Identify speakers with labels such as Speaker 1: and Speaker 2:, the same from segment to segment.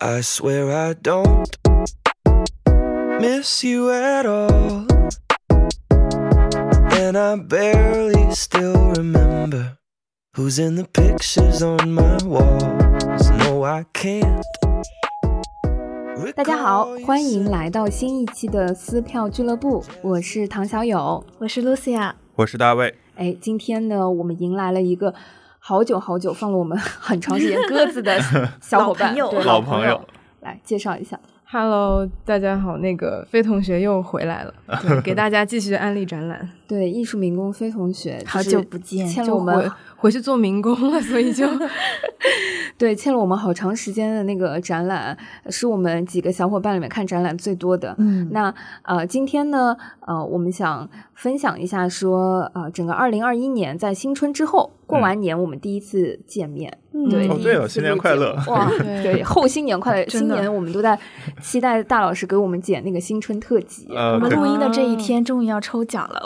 Speaker 1: I swear I don't miss you at all. And I barely still remember who's in the pictures on my walls. No, I can't.
Speaker 2: 大家好
Speaker 1: recall，you
Speaker 2: 欢迎来到新一期的撕票俱乐部，我是唐小友。
Speaker 3: 我是 Lucia，
Speaker 4: 我是大卫，
Speaker 2: 哎，今天呢，我们迎来了一个好久好久放了我们很长时间鸽子 的小伙伴，
Speaker 3: 老朋友啊
Speaker 2: 对
Speaker 3: 老
Speaker 2: 朋
Speaker 4: 朋友，
Speaker 2: 来介绍一下。
Speaker 5: Hello，大家好，那个飞同学又回来了，对给大家继续安利展 览。
Speaker 2: 对，艺术民工飞同学，
Speaker 3: 好久不见
Speaker 2: 欠了
Speaker 5: 就
Speaker 2: 我们
Speaker 5: 回回去做民工了，所以 就
Speaker 2: 对欠了我们好长时间的那个展览，是我们几个小伙伴里面看展览最多的。
Speaker 3: 嗯
Speaker 2: 那呃，今天呢，呃，我们想分享一下说，呃，整个二零二一年在新春之后过完年，我们第一次见面，
Speaker 3: 嗯
Speaker 2: 对，
Speaker 3: 哦
Speaker 2: 第一
Speaker 4: 对嗯哦
Speaker 2: 次
Speaker 4: 新年
Speaker 2: 录
Speaker 4: 快
Speaker 2: 节
Speaker 4: 乐
Speaker 2: 目 哇，
Speaker 5: 对
Speaker 2: 对，后新年快乐，
Speaker 3: 真
Speaker 2: 新
Speaker 3: 的
Speaker 2: 年我们都在期待大老师给我们剪那个新春特辑，
Speaker 4: 呃
Speaker 3: 我，们
Speaker 4: 对
Speaker 3: 录音的这
Speaker 2: 嗯
Speaker 3: 一天终于要抽奖了，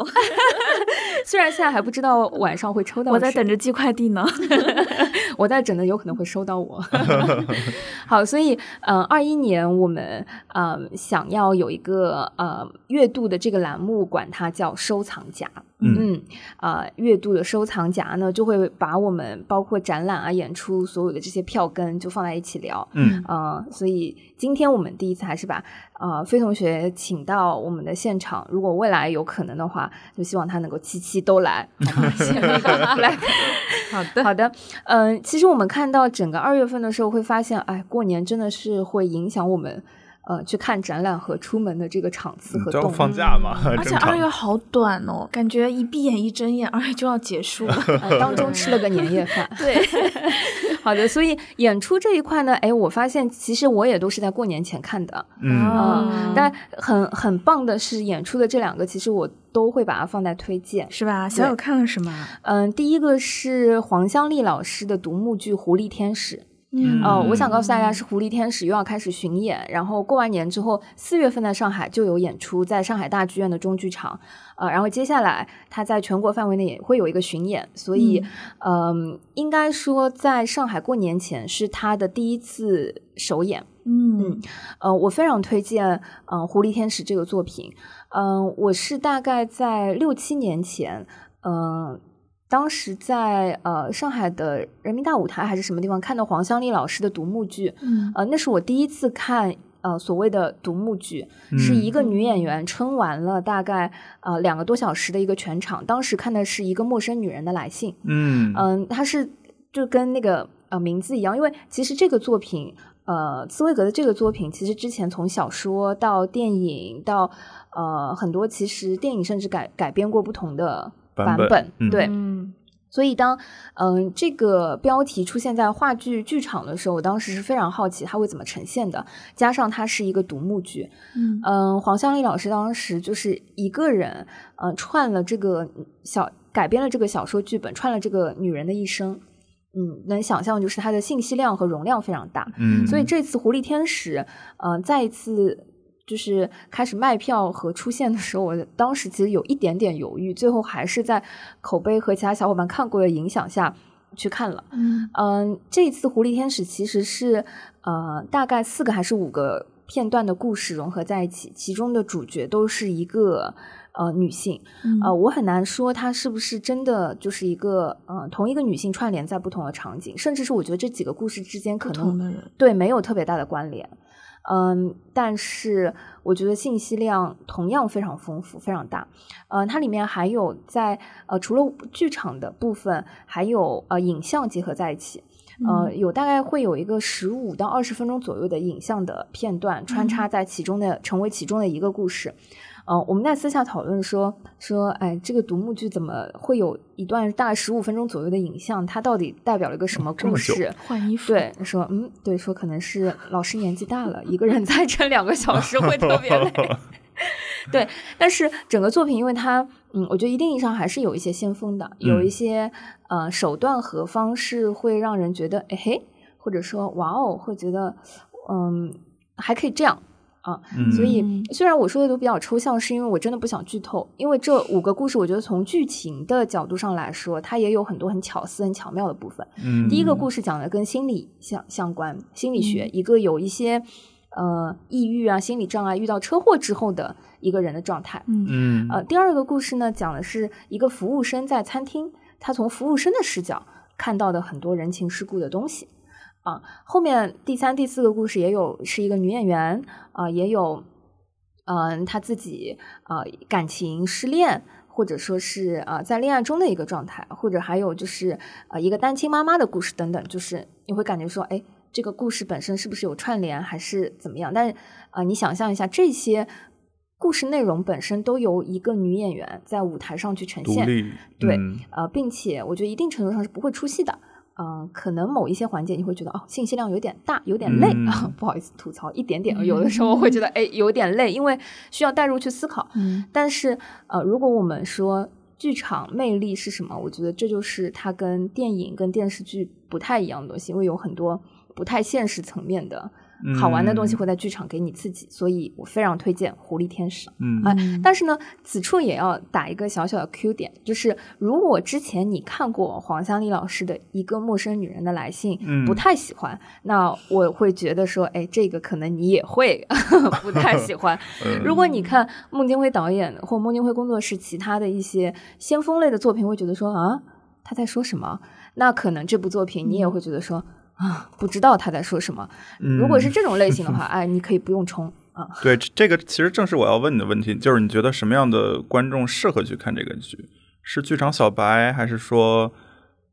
Speaker 2: 虽然现在还不知道晚上会抽到，
Speaker 3: 我在等着寄快递呢。
Speaker 2: 我在整的有可能会收到我。 好，所以呃，二一年我们呃想要有一个呃月度的这个栏目，管它叫收藏夹。
Speaker 4: 嗯
Speaker 2: 嗯，呃，月度的收藏夹呢，就会把我们包括展览啊、演出所有的这些票根就放在一起聊。
Speaker 4: 嗯
Speaker 2: 呃，所以今天我们第一次还是把呃飞同学请到我们的现场。如果未来有可能的话，就希望他能够七七都来，好吗？ 谢谢来，
Speaker 5: 好的。
Speaker 2: 好的，嗯、其实我们看到整个二月份的时候，会发现，哎，过年真的是会影响我们呃去看展览和出门的这个场次和
Speaker 4: 就要
Speaker 2: 动
Speaker 4: 放
Speaker 2: 力。
Speaker 4: 假嘛，
Speaker 3: 而且
Speaker 4: 正常
Speaker 3: 二月好短哦，感觉一闭眼一睁眼，二月就要结束 了。
Speaker 2: 呃当中吃了个年夜饭，
Speaker 3: 对，
Speaker 2: 好的，所以演出这一块呢，哎，我发现其实我也都是在过年前看的，
Speaker 4: 嗯
Speaker 2: 嗯
Speaker 3: 嗯，
Speaker 2: 但很很棒的是演出的这两个，其实我都会把它放在推荐。
Speaker 3: 是吧？小友看了什么啊？
Speaker 2: 嗯，第一个是黄香丽老师的独幕剧《狐狸天使》，
Speaker 4: 嗯
Speaker 2: 哦，我想告诉大家是《狐狸天使》又要开始巡演，然后过完年之后，四月份在上海就有演出，在上海大剧院的中剧场，呃，然后接下来它在全国范围内也会有一个巡演，所以，嗯、应该说在上海过年前是他的第一次首演，
Speaker 3: 嗯
Speaker 2: 呃，我非常推荐，嗯、狐狸天使》这个作品。嗯、我是大概在六七年前，嗯、当时在呃上海的人民大舞台还是什么地方看到黄香丽老师的独幕剧，
Speaker 3: 嗯
Speaker 2: 呃，那是我第一次看。呃，所谓的独幕剧、是一个女演员撑完了大概呃两个多小时的一个全场，当时看的是一个陌生女人的来信，
Speaker 4: 嗯
Speaker 2: 嗯，它是就跟那个呃名字一样，因为其实这个作品，呃，茨威格的这个作品，其实之前从小说到电影到呃很多，其实电影甚至改改编过不同的
Speaker 4: 版
Speaker 2: 版
Speaker 4: 本嗯
Speaker 2: 对，
Speaker 5: 嗯，
Speaker 2: 所以当嗯、这个标题出现在话剧剧场的时候，我当时是非常好奇它会怎么呈现的，加上它是一个独幕剧，
Speaker 3: 嗯
Speaker 2: 嗯，黄香丽老师当时就是一个人，呃，串了这个小改编了这个小说剧本，串了这个女人的一生。嗯，能想象就是她的信息量和容量非常大，
Speaker 4: 嗯，
Speaker 2: 所以这次《狐狸天使》呃，再一次就是开始卖票和出现的时候，我当时其实有一点点犹豫，最后还是在口碑和其他小伙伴看过的影响下去看了。
Speaker 3: 嗯
Speaker 2: 嗯，这次《狐狸天使》其实是呃大概四个还是五个片段的故事融合在一起，其中的主角都是一个呃女性。
Speaker 3: 嗯
Speaker 2: 呃，我很难说她是不是真的就是一个呃同一个女性串联在不同的场景，甚至是我觉得这几个故事之间可
Speaker 3: 不同
Speaker 2: 能
Speaker 3: 的人，
Speaker 2: 对没有特别大的关联。嗯，但是我觉得信息量同样非常丰富，非常大。嗯、它里面还有在呃，除了剧场的部分，还有呃影像结合在一起。
Speaker 4: 嗯
Speaker 2: 呃，有大概会有一个十五到二十分钟左右的影像的片段穿插
Speaker 4: 嗯
Speaker 2: 在其中的，成为其中的一个故事。呃，我们在私下讨论说说，哎，这个独幕剧怎么会有一段大概十五分钟左右的影像？它到底代表了一个什么
Speaker 4: 哦这么
Speaker 2: 故
Speaker 4: 久
Speaker 2: 事？
Speaker 3: 换衣服，
Speaker 2: 对，说嗯，对，说可能是老师年纪大了，一个人在这两个小时会特别累。 对，但是整个作品，因为它，嗯，我觉得一定意义上还是有一些先锋的，有一
Speaker 4: 嗯
Speaker 2: 些、呃手段和方式会让人觉得，哎嘿，或者说哇哦，会觉得，嗯，还可以这样。啊。
Speaker 4: 嗯
Speaker 2: 所以
Speaker 3: 嗯
Speaker 2: 虽然我说的都比较抽象，是因为我真的不想剧透，因为这五个故事，我觉得从剧情的角度上来说，它也有很多很巧思、很巧妙的部分。
Speaker 4: 嗯
Speaker 2: 第一个故事讲的跟心理相相关，心理学，一个有一些呃抑郁啊、心理障碍，遇到车祸之后的一个人的状态。
Speaker 3: 嗯
Speaker 4: 嗯
Speaker 2: 呃，第二个故事呢，讲的是一个服务生在餐厅，他从服务生的视角看到的很多人情世故的东西。啊，后面第三、第四个故事也有是一个女演员啊、也有嗯、她自己啊、感情失恋，或者说是啊、在恋爱中的一个状态，或者还有就是啊、一个单亲妈妈的故事等等，就是你会感觉说，哎，这个故事本身是不是有串联，还是怎么样？但是啊、你想象一下这些。故事内容本身都由一个女演员在舞台上去呈
Speaker 4: 独
Speaker 2: 现，
Speaker 4: 立
Speaker 2: 对
Speaker 4: 嗯
Speaker 2: 呃，并且我觉得一定程度上是不会出戏的。嗯、可能某一些环节你会觉得哦，信息量有点大，有点累啊、
Speaker 4: 嗯
Speaker 2: 不好意思吐槽一点点。有的时候会觉得哎，有点累，因为需要带入去思考。
Speaker 3: 嗯
Speaker 2: 但是呃，如果我们说剧场魅力是什么，我觉得这就是它跟电影、跟电视剧不太一样的东西，因为有很多不太现实层面的好玩的东西
Speaker 4: 嗯
Speaker 2: 会在剧场给你刺激，所以我非常推荐《狐狸天使》。
Speaker 4: 嗯
Speaker 2: 哎，但是呢，此处也要打一个小小的 Q 点，就是如果之前你看过黄香丽老师的一个陌生女人的来信，
Speaker 4: 嗯
Speaker 2: 不太喜欢，那我会觉得说，哎，这个可能你也会 不太喜欢。如果你看孟京辉导演或孟京辉工作室其他的一些先锋类的作品，会觉得说啊，他在说什么？那可能这部作品你也会觉得说。啊，不知道他在说什么。
Speaker 4: 嗯
Speaker 2: 如果是这种类型的话，哎，你可以不用冲啊。
Speaker 4: 对，这这个其实正是我要问你的问题，就是你觉得什么样的观众适合去看这个剧？是剧场小白，还是说，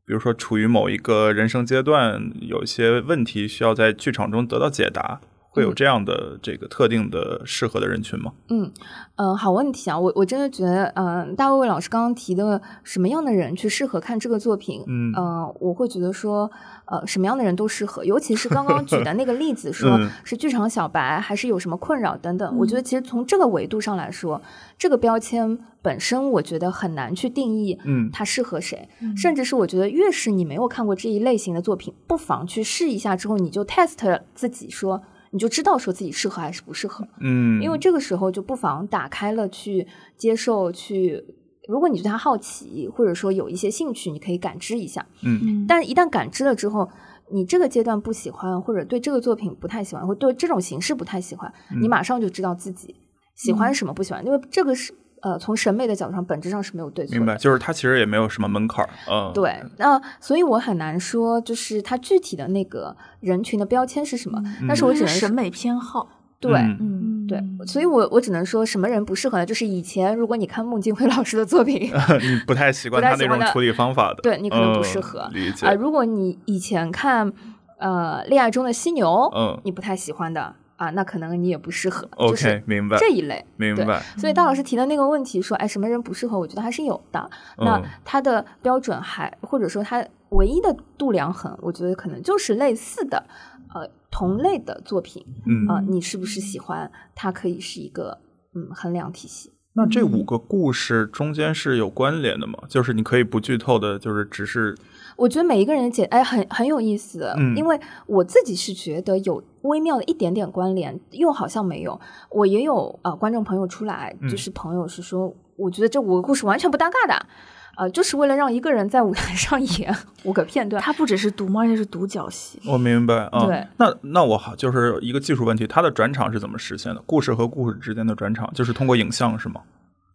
Speaker 4: 比如说处于某一个人生阶段，有一些问题需要在剧场中得到解答，会有
Speaker 2: 嗯
Speaker 4: 这样的这个特定的适合的人群吗？
Speaker 2: 嗯，呃，好问题啊！我我真的觉得，呃，大卫老师刚刚提的什么样的人去适合看这个作品？
Speaker 4: 嗯
Speaker 2: 呃，我会觉得说，呃，什么样的人都适合，尤其是刚刚举的那个例 子说，
Speaker 4: 嗯
Speaker 2: 是剧场小白，还是有什么困扰等等。我觉得其实从这个维度上来说，这个标签本身，我觉得很难去定义，
Speaker 4: 嗯
Speaker 2: 它适合谁。
Speaker 3: 嗯
Speaker 2: 甚至是我觉得，越是你没有看过这一类型的作品，不妨去试一下之后，你就 test 自己说。你就知道说自己适合还是不适合，
Speaker 4: 嗯，
Speaker 2: 因为这个时候就不妨打开了去接受去。如果你对它好奇，或者说有一些兴趣，你可以感知一下。
Speaker 4: 嗯
Speaker 3: 嗯
Speaker 2: 但是，一旦感知了之后，你这个阶段不喜欢，或者对这个作品不太喜欢，或对这种形式不太喜欢，你
Speaker 4: 嗯
Speaker 2: 马上就知道自己喜欢什么，不喜欢，因为这个是呃，从审美的角度上，本质上是没有对错
Speaker 4: 明白，
Speaker 2: 的。
Speaker 4: 就是它其实也没有什么门槛儿，嗯，
Speaker 2: 对，那所以我很难说，就是它具体的那个人群的标签是什么。但是我只
Speaker 3: 嗯是
Speaker 2: 能
Speaker 3: 审美偏好，
Speaker 2: 对，
Speaker 4: 嗯
Speaker 3: 嗯
Speaker 2: 对，所以我我只能说什么人不适合呢？就是以前如果你看孟京辉老师的作 品啊、
Speaker 4: 你不太习惯
Speaker 2: 不太
Speaker 4: 他
Speaker 2: 喜
Speaker 4: 那
Speaker 2: 欢
Speaker 4: 种
Speaker 2: 的
Speaker 4: 处理方法的，
Speaker 2: 对你可能不
Speaker 4: 嗯
Speaker 2: 适合啊
Speaker 4: 理解，
Speaker 2: 如果你以前看呃《恋爱中的犀牛》，
Speaker 4: 嗯
Speaker 2: 你不太喜欢的啊，那可能你也不适合。就
Speaker 4: OK，
Speaker 2: 是
Speaker 4: 明白，
Speaker 2: 这一类，
Speaker 4: 明
Speaker 2: 对
Speaker 4: 白，
Speaker 2: 所以大老师提的那个问题说，哎，什么人不适合？我觉得还是有的。那
Speaker 4: 嗯
Speaker 2: 他的标准还或者说他唯一的度量衡，我觉得可能就是类似的，呃，同类的作品
Speaker 4: 嗯
Speaker 2: 啊、你是不是喜欢？它可以是一个嗯衡量体系。
Speaker 4: 那这
Speaker 2: 嗯
Speaker 4: 五个故事中间是有关联的吗？就是你可以不剧透的，就是只是
Speaker 2: 我觉得每一个人的解哎很很有意思的，
Speaker 4: 嗯
Speaker 2: 因为我自己是觉得有微妙的一点点关联，又好像没有。我也有啊、呃观众朋友出来，
Speaker 4: 嗯
Speaker 2: 就是朋友是说，我觉得这五个故事完全不搭嘎的，啊、就是为了让一个人在舞台上 演五个片段。
Speaker 3: 它不只是独幕，而且是独角戏。
Speaker 4: 我明白啊。
Speaker 2: 对
Speaker 4: 那那我好就是一个技术问题，它的转场是怎么实现的？故事和故事之间的转场就是通过影像是吗？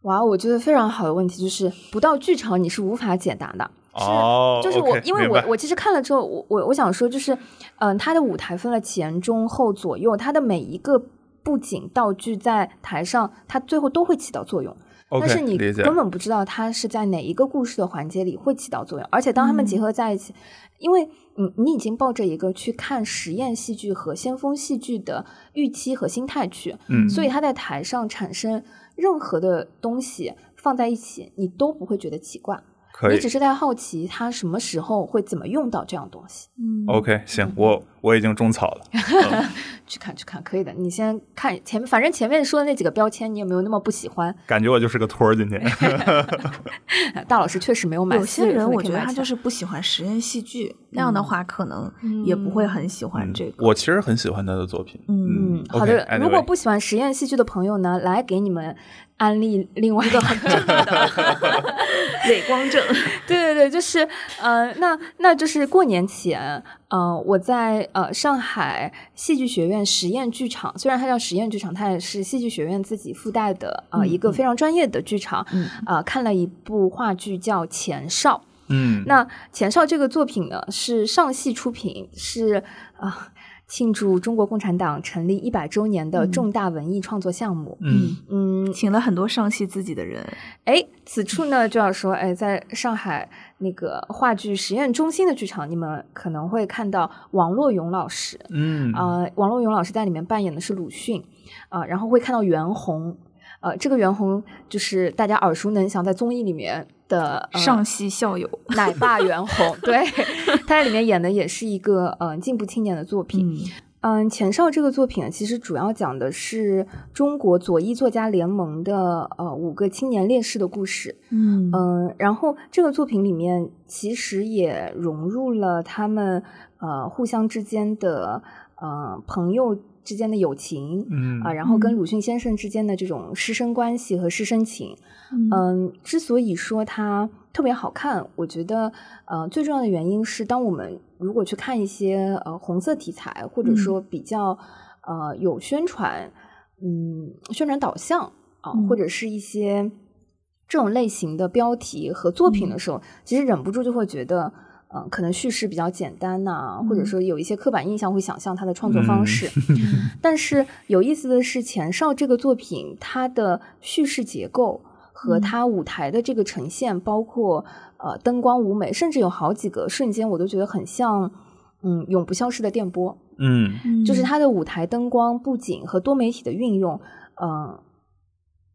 Speaker 2: 哇，我觉得非常好的问题就是，不到剧场你是无法解答的。
Speaker 4: 哦
Speaker 2: 就是我
Speaker 4: OK，
Speaker 2: 因为
Speaker 4: 明
Speaker 2: 我
Speaker 4: 白
Speaker 2: 我其实看了之后，我我我想说就是，嗯、它的舞台分了前中后左右，它的每一个布景道具在台上，它最后都会起到作用。
Speaker 4: OK，
Speaker 2: 但是你
Speaker 4: 理解
Speaker 2: 根本不知道它是在哪一个故事的环节里会起到作用，而且当它们
Speaker 3: 嗯
Speaker 2: 结合在一起，因为嗯，你已经抱着一个去看实验戏剧和先锋戏剧的预期和心态去，
Speaker 4: 嗯
Speaker 2: 所以它在台上产生任何的东西放在一起，你都不会觉得奇怪，
Speaker 4: 可
Speaker 2: 你
Speaker 4: 以
Speaker 2: 只是在好奇它什么时候会怎么用到这样东西。
Speaker 3: 嗯
Speaker 4: OK 行，我我已经种草了。
Speaker 2: 去看去看，可以的。你先看前面，反正前面说的那几个标签，你有没有那么不喜欢？
Speaker 4: 感觉我就是个托儿，今天
Speaker 2: 大老师确实没有买
Speaker 3: 有
Speaker 2: 四
Speaker 3: 些
Speaker 2: 月份的可以买起来，嗯
Speaker 3: 人我觉得他就是不喜欢实验戏剧，那样的话可能也不会很喜欢这个。
Speaker 4: 嗯我其实很喜欢他的作品。
Speaker 3: 嗯
Speaker 2: 嗯，好的。
Speaker 4: OK，anyway
Speaker 2: 如果不喜欢实验戏剧的朋友呢，来给你们安利另外一个很正的。
Speaker 3: 伪光正，
Speaker 2: 对对对，就是呃，那那就是过年前，呃，我在呃上海戏剧学院实验剧场，虽然它叫实验剧场，它也是戏剧学院自己附带的呃、
Speaker 3: 嗯
Speaker 2: 一个非常专业的剧场，
Speaker 3: 嗯
Speaker 2: 呃，看了一部话剧叫《前哨》。
Speaker 4: 嗯，
Speaker 2: 那《前哨》这个作品呢，是上戏出品，是啊、庆祝中国共产党成立一百周年的重大文艺创作项目。
Speaker 4: 嗯
Speaker 2: 嗯，
Speaker 3: 请了很多上戏自己的人，
Speaker 2: 哎，此处呢就要说，哎，在上海那个话剧实验中心的剧场，你们可能会看到王洛勇老师，
Speaker 4: 嗯
Speaker 2: 呃，王洛勇老师在里面扮演的是鲁迅，啊、然后会看到袁弘，呃，这个袁弘就是大家耳熟能详，在综艺里面的、呃、
Speaker 3: 上戏校友。
Speaker 2: 奶爸袁弘，对，他在里面演的也是一个嗯、呃进步青年的作品，
Speaker 3: 嗯
Speaker 2: 嗯，《前哨》这个作品其实主要讲的是中国左翼作家联盟的呃五个青年烈士的故事。
Speaker 3: 嗯
Speaker 2: 嗯、然后这个作品里面其实也融入了他们呃互相之间的呃朋友之间的友情
Speaker 4: 嗯
Speaker 2: 啊、然后跟
Speaker 3: 嗯
Speaker 2: 鲁迅先生之间的这种师生关系和师生情。
Speaker 3: 嗯
Speaker 2: 嗯，之所以说它特别好看，我觉得呃最重要的原因是，当我们如果去看一些呃红色题材，或者
Speaker 3: 嗯
Speaker 2: 说比较、呃有宣传，嗯，宣传导向啊、或
Speaker 3: 嗯
Speaker 2: 者是一些这种类型的标题和作品
Speaker 3: 嗯
Speaker 2: 的时候，其实忍不住就会觉得。呃，可能叙事比较简单呐、或者
Speaker 3: 嗯
Speaker 2: 说有一些刻板印象会想象它的创作方
Speaker 4: 嗯
Speaker 2: 式，但是有意思的是，《前哨》这个作品，它的叙事结构和
Speaker 3: 嗯
Speaker 2: 它舞台的这个呈现，包括呃灯光、舞美，甚至有好几个瞬间，我都觉得很像嗯永不消失的电波，
Speaker 4: 嗯
Speaker 3: 嗯
Speaker 2: 就是它的舞台灯光、布景和多媒体的运用，嗯、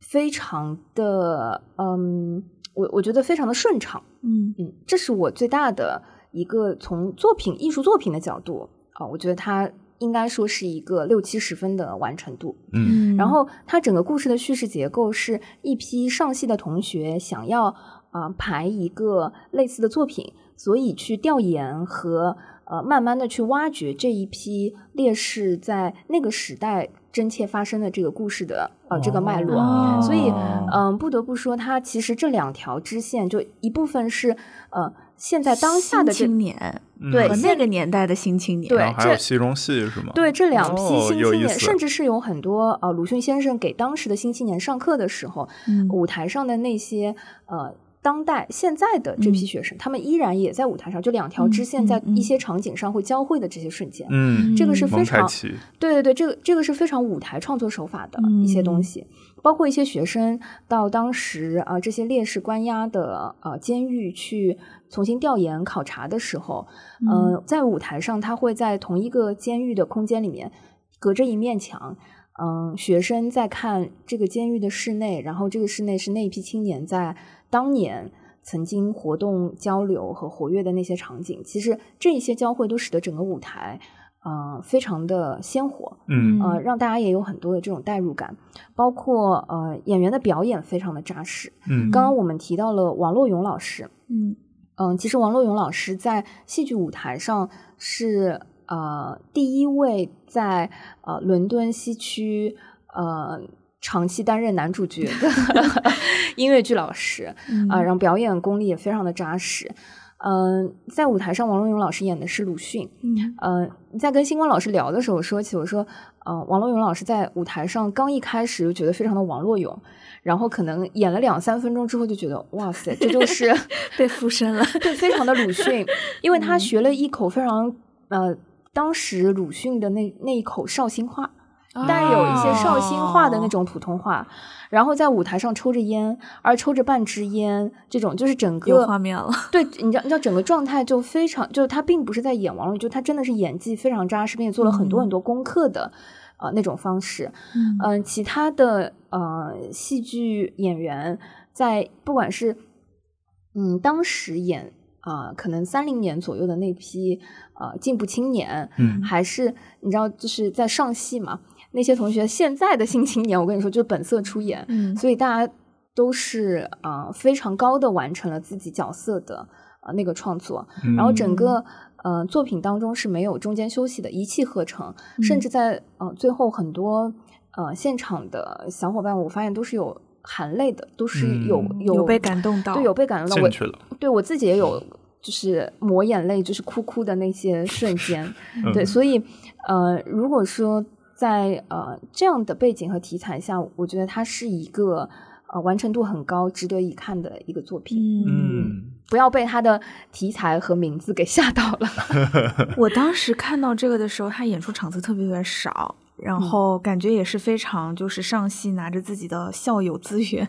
Speaker 2: 非常的嗯，我我觉得非常的顺畅。
Speaker 3: 嗯
Speaker 2: 嗯，这是我最大的一个从作品艺术作品的角度啊、我觉得它应该说是一个六七十分的完成度。
Speaker 4: 嗯
Speaker 2: 然后它整个故事的叙事结构是一批上戏的同学想要啊、排一个类似的作品，所以去调研和呃慢慢的去挖掘这一批烈士在那个时代真切发生的这个故事的呃这个脉络。
Speaker 3: 哦
Speaker 2: 所以
Speaker 4: 哦
Speaker 2: 嗯，不得不说，它其实这两条支线，就一部分是呃，现在当下的这
Speaker 3: 新青年
Speaker 2: 对
Speaker 3: 和那个年代的新青年，
Speaker 2: 对
Speaker 4: 嗯然后还有
Speaker 2: 这
Speaker 4: 戏中戏是吗？
Speaker 2: 对这两批
Speaker 4: 哦
Speaker 2: 新
Speaker 4: 有
Speaker 2: 青
Speaker 4: 意
Speaker 2: 年，
Speaker 4: 思
Speaker 2: 甚至是有很多呃，鲁迅先生给当时的新青年上课的时候，
Speaker 3: 嗯
Speaker 2: 舞台上的那些呃。当代现在的这批
Speaker 3: 嗯
Speaker 2: 学生，他们依然也在舞台上，就两条支
Speaker 3: 嗯
Speaker 2: 线在
Speaker 3: 嗯
Speaker 2: 一
Speaker 3: 嗯
Speaker 2: 些场景上会交汇的这些瞬间，
Speaker 4: 嗯，
Speaker 2: 这个是非
Speaker 4: 蒙太
Speaker 2: 常
Speaker 4: 奇，
Speaker 2: 对对对，这个这个是非常舞台创作手法的一些东
Speaker 3: 嗯
Speaker 2: 西，包括一些学生到当时啊、呃这些烈士关押的呃监狱去重新调研考察的时候，
Speaker 3: 嗯
Speaker 2: 呃，在舞台上他会在同一个监狱的空间里面隔着一面墙。嗯，学生在看这个监狱的室内，然后这个室内是那一批青年在当年曾经活动、交流和活跃的那些场景。其实这一些交汇都使得整个舞台，呃，非常的鲜活。
Speaker 4: 嗯
Speaker 2: 呃，让大家也有很多的这种代入感，包括呃演员的表演非常的扎实。
Speaker 4: 嗯
Speaker 2: 刚刚我们提到了王洛勇老师，
Speaker 3: 嗯
Speaker 2: 嗯、其实王洛勇老师在戏剧舞台上是呃第一位在呃伦敦西区呃长期担任男主角的音乐剧老师。
Speaker 3: 嗯
Speaker 2: 啊，然后表演功力也非常的扎实。嗯、在舞台上，王洛勇老师演的是鲁迅。
Speaker 3: 嗯
Speaker 2: 嗯、在跟星光老师聊的时候说起，我说，呃，王洛勇老师在舞台上刚一开始就觉得非常的王洛勇，然后可能演了两三分钟之后就觉得，哇塞，这就是
Speaker 3: 被附身 了，
Speaker 2: 对，非常的鲁 迅，因为
Speaker 3: 嗯
Speaker 2: 他学了一口非常呃。当时鲁迅的那那一口绍兴话，
Speaker 3: 啊
Speaker 2: 带有一些
Speaker 5: 嗯
Speaker 2: 绍兴话的那种普通话，然后在舞台上抽着烟，而抽着半支烟，这种就是整
Speaker 3: 有
Speaker 2: 个
Speaker 3: 画面了，
Speaker 2: 对，你知道，你知道整个状态就非常，就是他并不是在演王洛就他真的是演技非常扎实，并且做了很多
Speaker 3: 嗯
Speaker 2: 很多功课的，呃，那种方式。
Speaker 3: 嗯
Speaker 2: 嗯、其他的呃戏剧演员在不管是嗯当时演啊、呃可能三零年左右的那批呃进步青年，
Speaker 4: 嗯
Speaker 2: 还是你知道就是在上戏嘛，那些同学现在的新青年，我跟你说就是本色出演，
Speaker 3: 嗯
Speaker 2: 所以大家都是
Speaker 4: 嗯
Speaker 3: 嗯
Speaker 2: 呃非常高的完成了自己角色的呃那个创作，然后整个呃作品当中是没有中间休息的，一气呵成，甚
Speaker 3: 嗯
Speaker 2: 至在呃最后很多呃现场的小伙伴，我发现都是有含泪的，都是有、
Speaker 4: 嗯
Speaker 2: 有
Speaker 3: 有被感动到，
Speaker 2: 对有被感动到，
Speaker 4: 进
Speaker 2: 我
Speaker 4: 去了，
Speaker 2: 对我自己也有就是抹眼泪，就是哭哭的那些瞬 间。
Speaker 4: 嗯
Speaker 2: 对，所以呃，如果说在呃这样的背景和题材下，我觉得它是一个呃完成度很高、值得一看的一个作品。
Speaker 3: 嗯，
Speaker 4: 嗯，
Speaker 2: 不要被它的题材和名字给吓到了。
Speaker 4: 嗯
Speaker 3: 我当时看到这个的时候，他演出场次特别特别少，
Speaker 2: 嗯
Speaker 3: 然后感觉也是非常就是上戏拿着自己的校友资源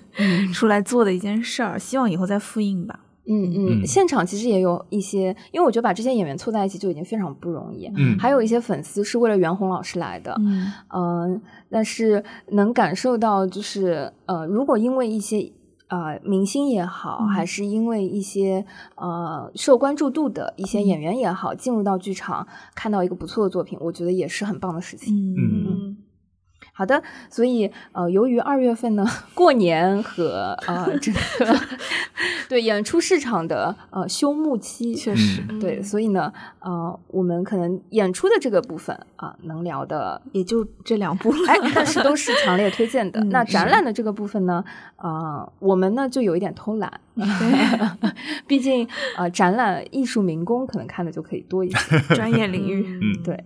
Speaker 3: 出来做的一件事儿，希望以后再复印吧。
Speaker 2: 嗯
Speaker 4: 嗯
Speaker 2: 嗯，现场其实也有一些，因为我觉得把这些演员凑在一起就已经非常不容易。
Speaker 4: 嗯
Speaker 2: 还有一些粉丝是为了袁弘老师来的，
Speaker 3: 嗯，
Speaker 2: 嗯，但是能感受到，就是呃，如果因为一些呃明星也好，还
Speaker 3: 嗯
Speaker 2: 是因为一些呃受关注度的一些演员也好，进入到剧场看到一个不错的作品，我觉得也是很棒的事情。
Speaker 4: 嗯
Speaker 2: 好的，所以呃，由于二月份呢， 过年和呃整 个对演出市场的呃休幕期，
Speaker 3: 确实，
Speaker 4: 嗯
Speaker 2: 对，所以呢，呃，我们可能演出的这个部分啊、能聊 的
Speaker 3: 也就这两部了。
Speaker 2: 哎，但是都是强烈推荐的。
Speaker 3: 嗯
Speaker 2: 那
Speaker 3: 是
Speaker 2: 展览的这个部分呢，呃，我们呢就有一点偷懒， 毕竟呃，展览艺术民工可能看的就可以多一些。
Speaker 3: 专业领域，
Speaker 4: 嗯
Speaker 2: 对，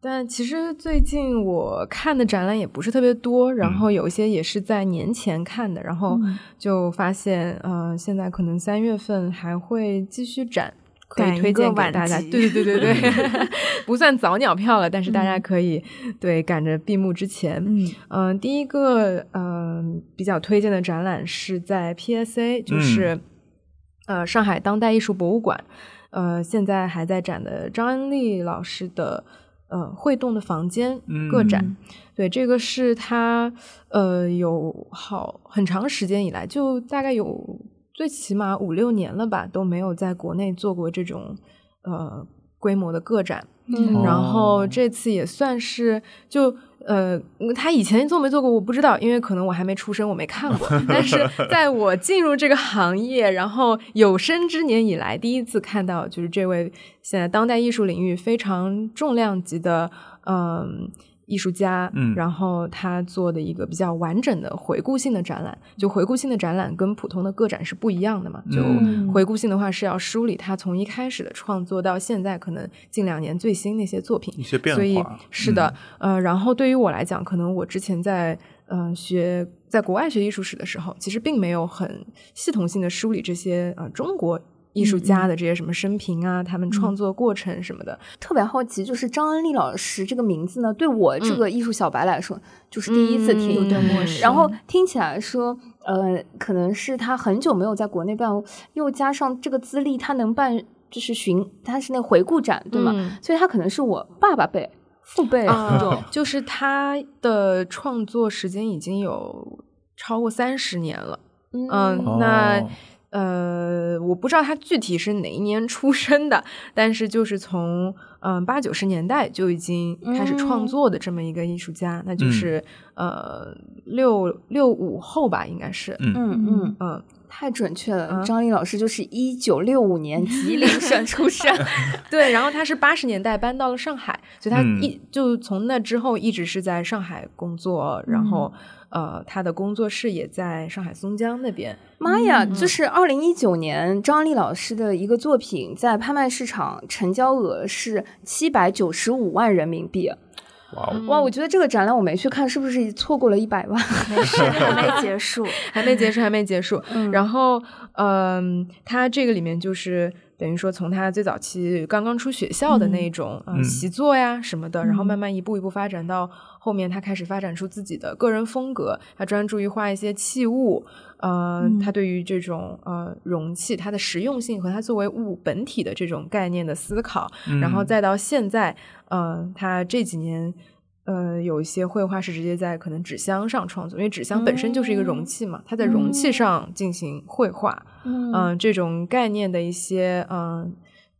Speaker 5: 但其实最近我看的展览也不是特别多，然后有一些也是在年前看的，然后
Speaker 3: 嗯
Speaker 5: 就发现，呃，现在可能三月份还会继续展，可
Speaker 3: 赶
Speaker 5: 以
Speaker 3: 一
Speaker 5: 推
Speaker 3: 个
Speaker 5: 荐
Speaker 3: 晚
Speaker 5: 给大家。
Speaker 3: 集
Speaker 5: 对对对对对，不算早鸟票了，但是大家
Speaker 3: 嗯
Speaker 5: 可以、对赶着闭幕之前，
Speaker 3: 嗯
Speaker 5: 嗯、第一个嗯、呃比较推荐的展览是在 PSA，就是、呃上海当代艺术博物馆，呃现在还在展的张恩利老师的呃会动的房间个展。
Speaker 3: 嗯
Speaker 5: 对，这个是他呃有好很长时间以来，就大概有最起码五六年了吧，都没有在国内做过这种呃规模的个展。
Speaker 3: 嗯
Speaker 5: 然
Speaker 4: 哦
Speaker 5: 后这次也算是就呃，他以前做没做过我不知道，因为可能我还没出生，我没看过。但是在我进入这个行业，然后有生之年以来，第一次看到就是这位现在当代艺术领域非常重量级的嗯、艺术家，
Speaker 4: 嗯
Speaker 5: 然后他做的一个比较完整的回顾性的展览。就回顾性的展览跟普通的个展是不一样的嘛，就
Speaker 4: 嗯
Speaker 5: 回顾性的话是要梳理他从一开始的创作到现在可能近两年最新的一些作品
Speaker 4: 一，些变
Speaker 5: 所以
Speaker 4: 化，
Speaker 5: 是的，呃，然后对于我来讲，可能我之前在呃学在国外学艺术史的时候，其实并没有很系统性的梳理这些呃中国艺术家的这些什么生平啊，他们创作过程什么的，
Speaker 2: 特别好奇，就是张恩利老师这个名字呢，对我这
Speaker 5: 嗯
Speaker 2: 个艺术小白来说，就是第一次听，
Speaker 5: 嗯有点陌生
Speaker 2: 然后听起来说，呃，可能是他很久没有在国内办，又加上这个资历，他能办就是巡，他是那回顾展对吗？
Speaker 5: 嗯啊
Speaker 2: 所以他可能是我爸爸辈、父辈那 种。
Speaker 5: 就是他的创作时间已经有超过三十年了。嗯，
Speaker 4: 哦
Speaker 5: 那呃，我不知道他具体是哪一年出生的，但是就是从嗯八九十年代就已经开始创
Speaker 2: 嗯
Speaker 5: 作的这么一个艺术家，那就
Speaker 4: 嗯
Speaker 5: 是呃六六五后吧，应该是。
Speaker 4: 嗯
Speaker 2: 嗯嗯，
Speaker 5: 嗯，
Speaker 2: 太准确了。
Speaker 5: 啊
Speaker 2: 张丽老师就是一九六五年吉林省出生，
Speaker 5: 对，然后他是八十年代搬到了上海，所以他
Speaker 4: 嗯
Speaker 5: 一、就从那之后一直是在上海工作，然后、呃，他的工作室也在上海松江那边，
Speaker 2: 妈呀！
Speaker 3: 嗯
Speaker 2: 就是二零一九年张丽老师的一个作品在拍卖市场成交额是七百九十五万人民币。
Speaker 4: 哇哦，
Speaker 2: 哇，我觉得这个展览我没去看，是不是错过了一百万？
Speaker 3: 没 事，还没结束。
Speaker 5: 还没结束，还没 结束。然后，嗯，他这个里面就是等于说从他最早期刚刚出学校的那种、
Speaker 4: 嗯
Speaker 5: 呃习作呀什么的，然后
Speaker 3: 嗯
Speaker 5: 慢慢一步一步发展到后面，他开始发展出自己的个人风格，他专注于画一些器物。呃，
Speaker 3: 嗯
Speaker 5: 他对于这种呃容器它的实用性和它作为物本体的这种概念的思考，然后
Speaker 4: 嗯
Speaker 5: 再到现在，呃，他这几年。呃，有一些绘画是直接在可能纸箱上创作，因为纸箱本身就是一个容器嘛，它在容器上进行绘画，
Speaker 2: 嗯
Speaker 5: 嗯、这种概念的一些嗯、呃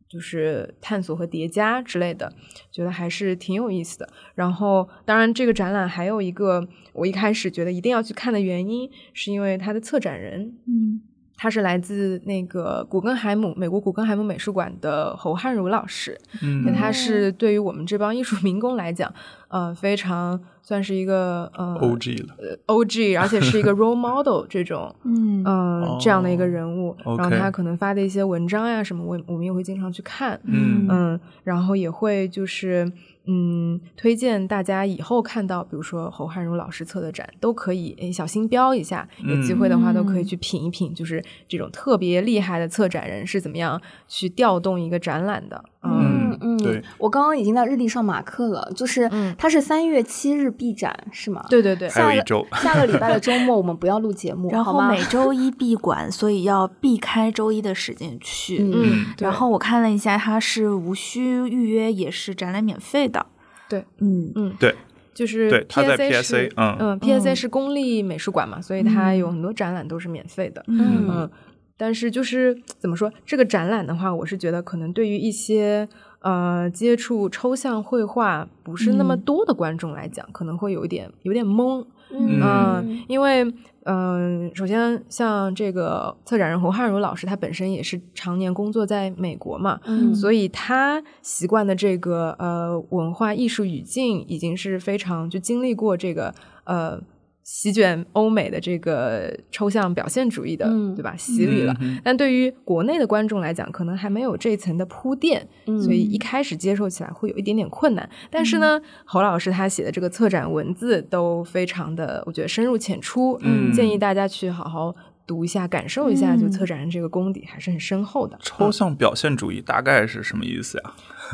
Speaker 5: 就是探索和叠加之类的，觉得还是挺有意思的。然后，当然这个展览还有一个我一开始觉得一定要去看的原因，是因为它的策展人
Speaker 3: 嗯
Speaker 5: 他是来自那个古根海姆美国古根海姆美术馆的侯汉儒老师，
Speaker 4: 嗯
Speaker 5: 他是对于我们这帮艺术民工来讲，呃，非常算是一个呃
Speaker 4: ，O G 了，
Speaker 5: 呃 OG，而且是一个 role model 这 种
Speaker 3: 嗯
Speaker 5: 嗯、
Speaker 4: 哦
Speaker 5: 这样的一个人物。
Speaker 4: OK
Speaker 5: 然后他可能发的一些文章呀、什么，我我们也会经常去看，
Speaker 4: 嗯
Speaker 5: 嗯，然后也会就是嗯，推荐大家以后看到，比如说侯汉儒老师策的展，都可以诶小心标一下，有机会的话都可以
Speaker 3: 嗯
Speaker 5: 去品一品，就是这种特别厉害的策展人是怎么样去调动一个展览的。嗯
Speaker 4: 嗯
Speaker 2: 嗯，
Speaker 4: 对
Speaker 2: 我刚刚已经在日历上马克了，就是
Speaker 5: 嗯
Speaker 2: 它是三月七日闭展，是吗？
Speaker 5: 对对对，
Speaker 4: 还有
Speaker 2: 下
Speaker 4: 一
Speaker 2: 个
Speaker 4: 周
Speaker 2: 下个礼拜的周末我们不要录节目，
Speaker 3: 然
Speaker 2: 好
Speaker 3: 后
Speaker 2: 吗？
Speaker 3: 每周一闭馆，所以要避开周一的时间去。
Speaker 2: 嗯
Speaker 5: 嗯，对
Speaker 3: 然后我看了一下，它是无需预约，也是展览免费的。
Speaker 5: 对，
Speaker 3: 嗯
Speaker 5: 嗯
Speaker 4: 对
Speaker 5: 就是
Speaker 4: 对他在
Speaker 5: PSA 是
Speaker 4: PSA 嗯
Speaker 5: 嗯 PSA
Speaker 3: 嗯
Speaker 5: 是公立美术馆嘛，所以它有很多展览都是免费的。
Speaker 3: 嗯
Speaker 5: 嗯，但是就是怎么说，这个展览的话，我是觉得可能对于一些呃接触抽象绘画不是那么
Speaker 3: 嗯
Speaker 5: 多的观众来讲，可能会有一点有点懵，
Speaker 2: 嗯
Speaker 5: 嗯，因为嗯、首先像这个策展人侯汉儒老师，他本身也是常年工作在美国嘛，
Speaker 2: 嗯
Speaker 5: 所以他习惯的这个呃文化艺术语境，已经是非常就经历过这个呃席卷欧美的这个抽象表现主义的、
Speaker 2: 嗯
Speaker 5: 对吧洗礼了。
Speaker 4: 嗯哼
Speaker 5: 但对于国内的观众来讲，可能还没有这一层的铺垫，
Speaker 2: 嗯
Speaker 5: 所以一开始接受起来会有一点点困难。但是呢，侯老师他写的这个策展文字都非常的，我觉得深入浅出，
Speaker 4: 嗯
Speaker 5: 建议大家去好好读一下，感受一下，就
Speaker 3: 嗯
Speaker 5: 策展人这个功底还是很深厚的。
Speaker 4: 抽象表现主义大概是什么意思呀？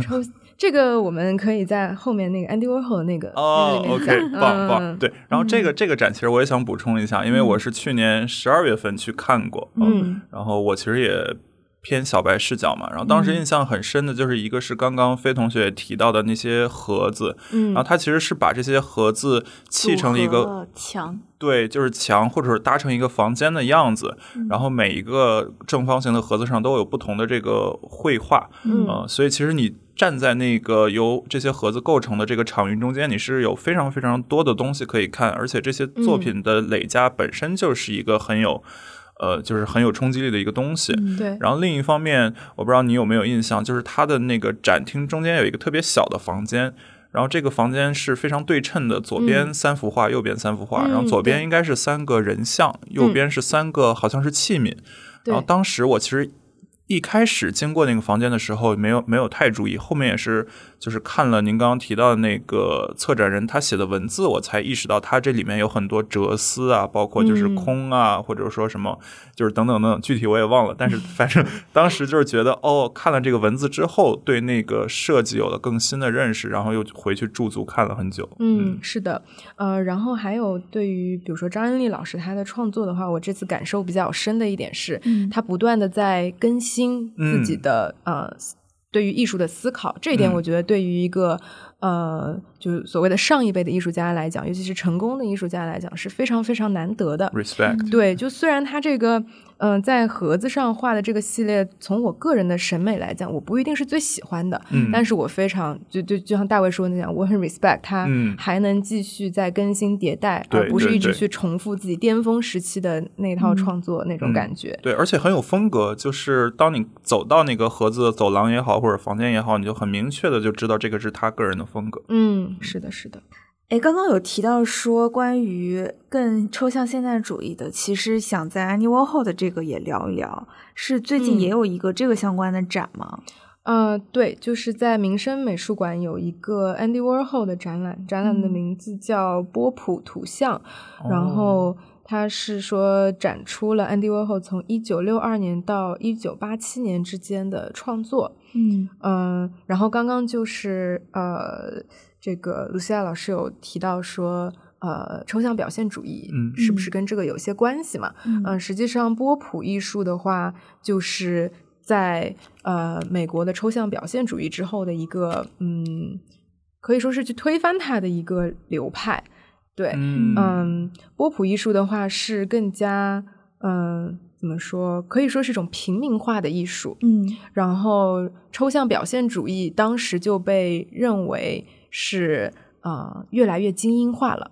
Speaker 5: 抽这个我们可以在后面那个 Andy Warhol 那个
Speaker 4: 哦
Speaker 5: 那个里面
Speaker 4: ，OK，
Speaker 5: 讲
Speaker 4: 棒
Speaker 5: 嗯
Speaker 4: 棒，对。然后这个这个展其实我也想补充一下，因为我是去年十二月份去看过，
Speaker 5: 嗯
Speaker 4: 然后我其实也偏小白视角嘛，然后当
Speaker 3: 嗯
Speaker 4: 时印象很深的就是一个是刚刚飞同学也提到的那些盒子，
Speaker 5: 嗯
Speaker 4: 然后他其实是把这些盒子 砌成了一
Speaker 3: 组
Speaker 4: 个
Speaker 3: 合墙，
Speaker 4: 对，就是墙或者是搭成一个房间的样子，然后每一个正方形的盒子上都有不同的这个绘画，
Speaker 5: 嗯
Speaker 4: 呃，所以其实你站在那个由这些盒子构成的这个场域中间，你是有非常非常多的东西可以看，而且这些作品的累加本身就是一个很有，呃，就是很有冲击力的一个东西。
Speaker 5: 对，嗯
Speaker 4: 然后另一方面，我不知道你有没有印象，就是它的那个展厅中间有一个特别小的房间，然后这个房间是非常对称的，左边三幅画，右边三幅画，
Speaker 5: 嗯
Speaker 4: 然后左边
Speaker 5: 对
Speaker 4: 应该是三个人像，右边是三个好像是器皿。
Speaker 5: 对
Speaker 4: 然后当时我其实。一开始经过那个房间的时候，没有没有太注意，后面也是就是看了您刚刚提到的那个策展人他写的文字，我才意识到他这里面有很多哲思啊，包括就是
Speaker 5: 嗯
Speaker 4: 空啊，或者说什么就是等等等等，具体我也忘了，但 是反正当时就是觉得哦，看了这个文字之后，对那个设计有了更新的认识，然后又回去驻足看了很久。
Speaker 5: 嗯，是的，呃，然后还有对于比如说张恩利老师他的创作的话，我这次感受比较深的一点是，
Speaker 3: 嗯
Speaker 5: 他不断的在更新自己的、呃对于艺术的思考，这一点
Speaker 4: 嗯
Speaker 5: 我觉得对于一个、呃就是所谓的上一辈的艺术家来讲，尤其是成功的艺术家来讲是非常非常难得的。
Speaker 4: 嗯 respect，
Speaker 5: 对，就虽然他这个，嗯、在盒子上画的这个系列，从我个人的审美来讲，我不一定是最喜欢的，
Speaker 4: 嗯
Speaker 5: 但是我非常就就就像大卫说的那样，我很 respect 他
Speaker 4: 嗯
Speaker 5: 还能继续在更新迭代，而
Speaker 4: 对
Speaker 5: 不是
Speaker 4: 对
Speaker 5: 一直
Speaker 4: 对
Speaker 5: 去重复自己巅峰时期的那套创作那种
Speaker 4: 嗯
Speaker 5: 感觉。
Speaker 4: 对，而且很有风格，就是当你走到那个盒子的走廊也好，或者房间也好，你就很明确的就知道这个是他个人的风格。
Speaker 5: 嗯，是的，是的，
Speaker 3: 哎，刚刚有提到说关于更抽象现代主义的，其实想在 Annie Warhol 的这个也聊一聊，是最近
Speaker 5: 嗯
Speaker 3: 也有一个这个相关的展吗？
Speaker 5: 呃，对，就是在民生美术馆有一个 Andy Warhol 的展览，展览的
Speaker 3: 嗯
Speaker 5: 名字叫《波普图像》，
Speaker 4: 哦
Speaker 5: 然后它是说展出了 Andy Warhol 从一九六二年到一九八七年之间的创作。
Speaker 3: 嗯
Speaker 5: 嗯、然后刚刚就是呃，这个露西亚老师有提到说，呃，抽象表现主义
Speaker 4: 嗯
Speaker 5: 是不是跟这个有些关系嘛？嗯、
Speaker 3: 嗯
Speaker 5: 实际上波普艺术的话，就是在呃美国的抽象表现主义之后的一个嗯，可以说是去推翻它的一个流派。对，
Speaker 4: 嗯
Speaker 5: 嗯，波普艺术的话是更加嗯、呃怎么说，可以说是一种平民化的艺术。
Speaker 3: 嗯
Speaker 5: 然后抽象表现主义当时就被认为是呃越来越精英化了。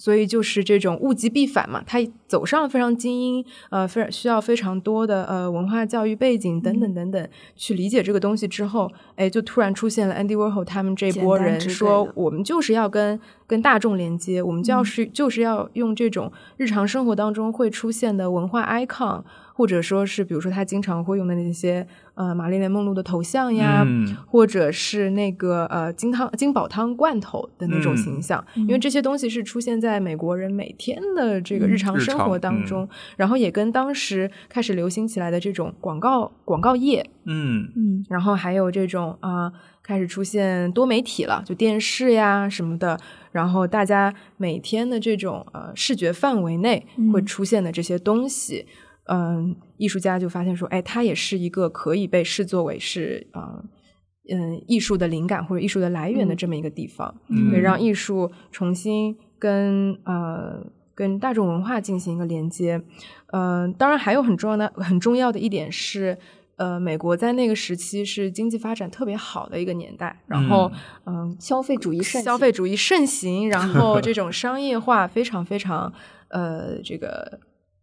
Speaker 5: 所以就是这种物极必反嘛，他走上了非常精英，呃，非常需要非常多的呃文化教育背景等
Speaker 3: 嗯
Speaker 5: 等等等、去理解这个东西之后，哎，就突然出现了 Andy Warhol 他们这
Speaker 3: 简
Speaker 5: 波
Speaker 3: 单
Speaker 5: 人
Speaker 3: 直对
Speaker 5: 说
Speaker 3: 的，嗯
Speaker 5: 我们就是要跟跟大众连接，我们就要是、就是要用这种日常生活当中会出现的文化 icon，或者说是比如说他经常会用的那些呃玛丽莲梦露的头像呀，
Speaker 4: 嗯
Speaker 5: 或者是那个呃金汤金宝汤罐头的那种
Speaker 4: 嗯
Speaker 5: 形象，因为这些东西是出现在美国人每天的这个日常
Speaker 4: 日
Speaker 5: 生
Speaker 4: 常
Speaker 5: 活当
Speaker 4: 嗯
Speaker 5: 中，然后也跟当时开始流行起来的这种广告广告业
Speaker 4: 嗯
Speaker 3: 嗯，
Speaker 5: 然后还有这种啊、开始出现多媒体了，就电视呀什么的。然后大家每天的这种呃视觉范围内
Speaker 3: 嗯
Speaker 5: 会出现的这些东西，嗯、艺术家就发现说，哎，它也是一个可以被视作为是啊。呃嗯，艺术的灵感或者艺术的来源的
Speaker 3: 嗯
Speaker 5: 这么一个地方，
Speaker 4: 嗯
Speaker 5: 对，让艺术重新跟呃跟大众文化进行一个连接。呃，当然还有很重要的很重要的一点是，呃，美国在那个时期是经济发展特别好的一个年代，然后嗯、
Speaker 2: 消费主义盛
Speaker 5: 消
Speaker 2: 行
Speaker 5: 费主义盛行，然后这种商业化非常非常呃这个。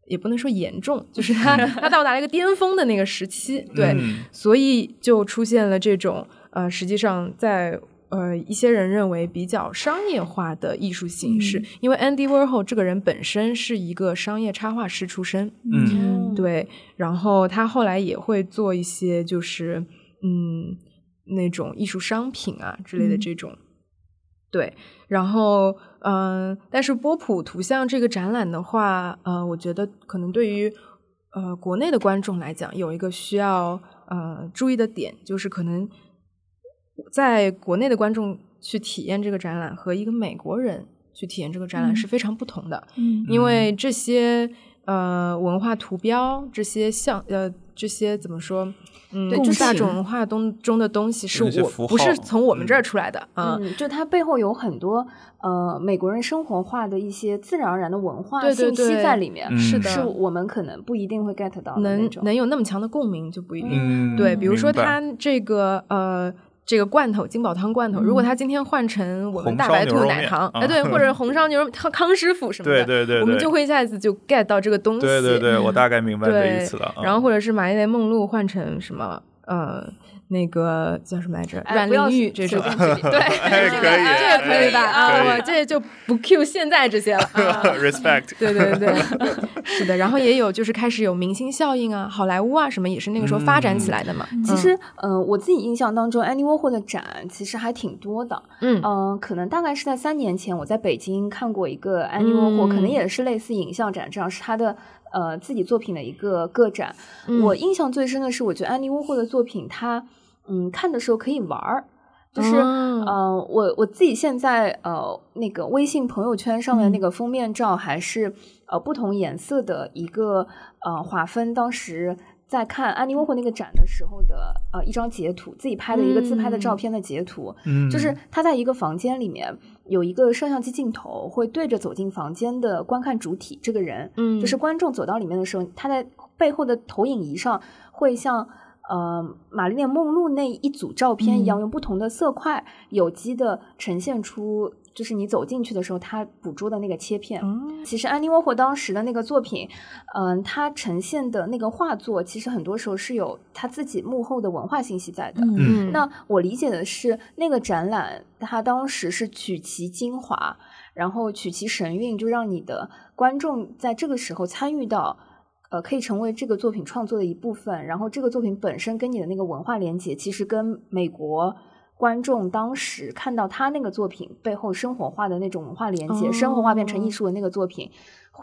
Speaker 5: 也不能说严重，就是它
Speaker 2: 嗯
Speaker 5: 它到达了一个巅峰的那个时期，对，
Speaker 4: 嗯
Speaker 5: 所以就出现了这种呃，实际上在呃一些人认为比较商业化的艺术形式，
Speaker 3: 嗯
Speaker 5: 因为 Andy Warhol 这个人本身是一个商业插画师出身，
Speaker 4: 嗯
Speaker 2: 嗯
Speaker 5: 对，然后他后来也会做一些就是嗯那种艺术商品啊之类的
Speaker 3: 嗯
Speaker 5: 这种，对，然后嗯、呃但是波普图像这个展览的话，呃，我觉得可能对于呃国内的观众来讲，有一个需要呃注意的点，就是可能在国内的观众去体验这个展览和一个美国人去体验这个展览
Speaker 3: 嗯
Speaker 5: 是非常不同的。
Speaker 3: 嗯
Speaker 5: 因为这些呃文化图标、这些像呃这些怎么说，嗯，
Speaker 3: 对
Speaker 5: 就
Speaker 3: 共
Speaker 5: 是大
Speaker 3: 情
Speaker 5: 众文化中中的东西是
Speaker 4: 那些
Speaker 5: 我
Speaker 4: 符
Speaker 5: 不是
Speaker 4: 号
Speaker 5: 从我们这儿出来的啊。
Speaker 2: 嗯，就它背后有很多呃美国人生活化的一些自然而然的文化
Speaker 5: 对对
Speaker 2: 信息
Speaker 5: 对
Speaker 2: 在里面，
Speaker 4: 嗯是
Speaker 5: 的
Speaker 2: 是我们可能不一定会 get 到的那
Speaker 5: 能
Speaker 2: 种。
Speaker 5: 能有那么强的共鸣就不一定。
Speaker 4: 嗯，
Speaker 5: 对，比如说
Speaker 4: 明白
Speaker 5: 它这个呃。这个罐头金宝汤罐头，如果它今天换成我们
Speaker 4: 红
Speaker 5: 大
Speaker 4: 烧
Speaker 5: 白
Speaker 4: 牛
Speaker 5: 兔
Speaker 4: 肉
Speaker 5: 奶
Speaker 4: 面
Speaker 5: 糖，
Speaker 4: 啊
Speaker 5: 哎对，或者红烧牛肉康康师傅什么的，
Speaker 4: 对对对
Speaker 5: 我们
Speaker 4: 对
Speaker 5: 就会一下子就 get 到这个东西。
Speaker 4: 对对对，我大概明白这
Speaker 5: 对，
Speaker 4: 意思了。嗯
Speaker 5: 然后
Speaker 4: 会
Speaker 5: 或者是玛丽莲梦露换成什么呃那个叫什么来着？
Speaker 2: 哎
Speaker 5: 阮
Speaker 2: 不要
Speaker 5: 玲玉
Speaker 2: 随
Speaker 5: 这
Speaker 2: 随
Speaker 5: 种。
Speaker 2: 便举例 对 啊
Speaker 4: 哎
Speaker 5: 这
Speaker 4: 可
Speaker 5: 个
Speaker 4: 以
Speaker 5: 这个可以吧？
Speaker 4: 哎可
Speaker 5: 啊，
Speaker 4: 以
Speaker 5: 我这就不 Q 现在这 些了。啊
Speaker 4: respect，
Speaker 5: 对对对，是的。然后也有就是开始有明星效应啊，好莱坞啊什么也是那个时候发展
Speaker 4: 嗯
Speaker 5: 起来的嘛。
Speaker 2: 其实，呃，我自己印象当中，Andy Warhol 的展其实还挺多的。
Speaker 5: 嗯，
Speaker 2: 嗯、可能大概是在三年前，我在北京看过一个
Speaker 5: 嗯
Speaker 2: Andy Warhol，、可能也是类似影像展这样，是他的呃自己作品的一个个展。
Speaker 5: 嗯
Speaker 2: 我印象最深的是，我觉得 Andy Warhol 的作品，他嗯看的时候可以玩儿，就是、
Speaker 5: 哦
Speaker 2: 呃，我我自己现在呃那个微信朋友圈上面那个封面照还是、呃不同颜色的一个呃划分，当时。在看安妮沃霍那个展的时候的呃一张截图，自己拍的一个自拍的照
Speaker 5: 嗯
Speaker 2: 片的截图，
Speaker 4: 嗯
Speaker 2: 就是他在一个房间里面有一个摄像机镜头会对着走进房间的观看主体这个人，
Speaker 5: 嗯
Speaker 2: 就是观众走到里面的时候，他在背后的投影仪上会像呃玛丽莲梦露那一组照片一样，
Speaker 3: 嗯
Speaker 2: 用不同的色块有机的呈现出。就是你走进去的时候，他捕捉的那个切片。其实安妮沃霍当时的那个作品，嗯、他呈现的那个画作，其实很多时候是有他自己幕后的文化信息在的。
Speaker 3: 嗯
Speaker 4: 嗯
Speaker 2: 那我理解的是，那个展览它当时是取其精华，然后取其神韵，就让你的观众在这个时候参与到，呃，可以成为这个作品创作的一部分。然后这个作品本身跟你的那个文化连接，其实跟美国。观众当时看到他那个作品背后生活化的那种文化连接，生活化变成艺术的那个作品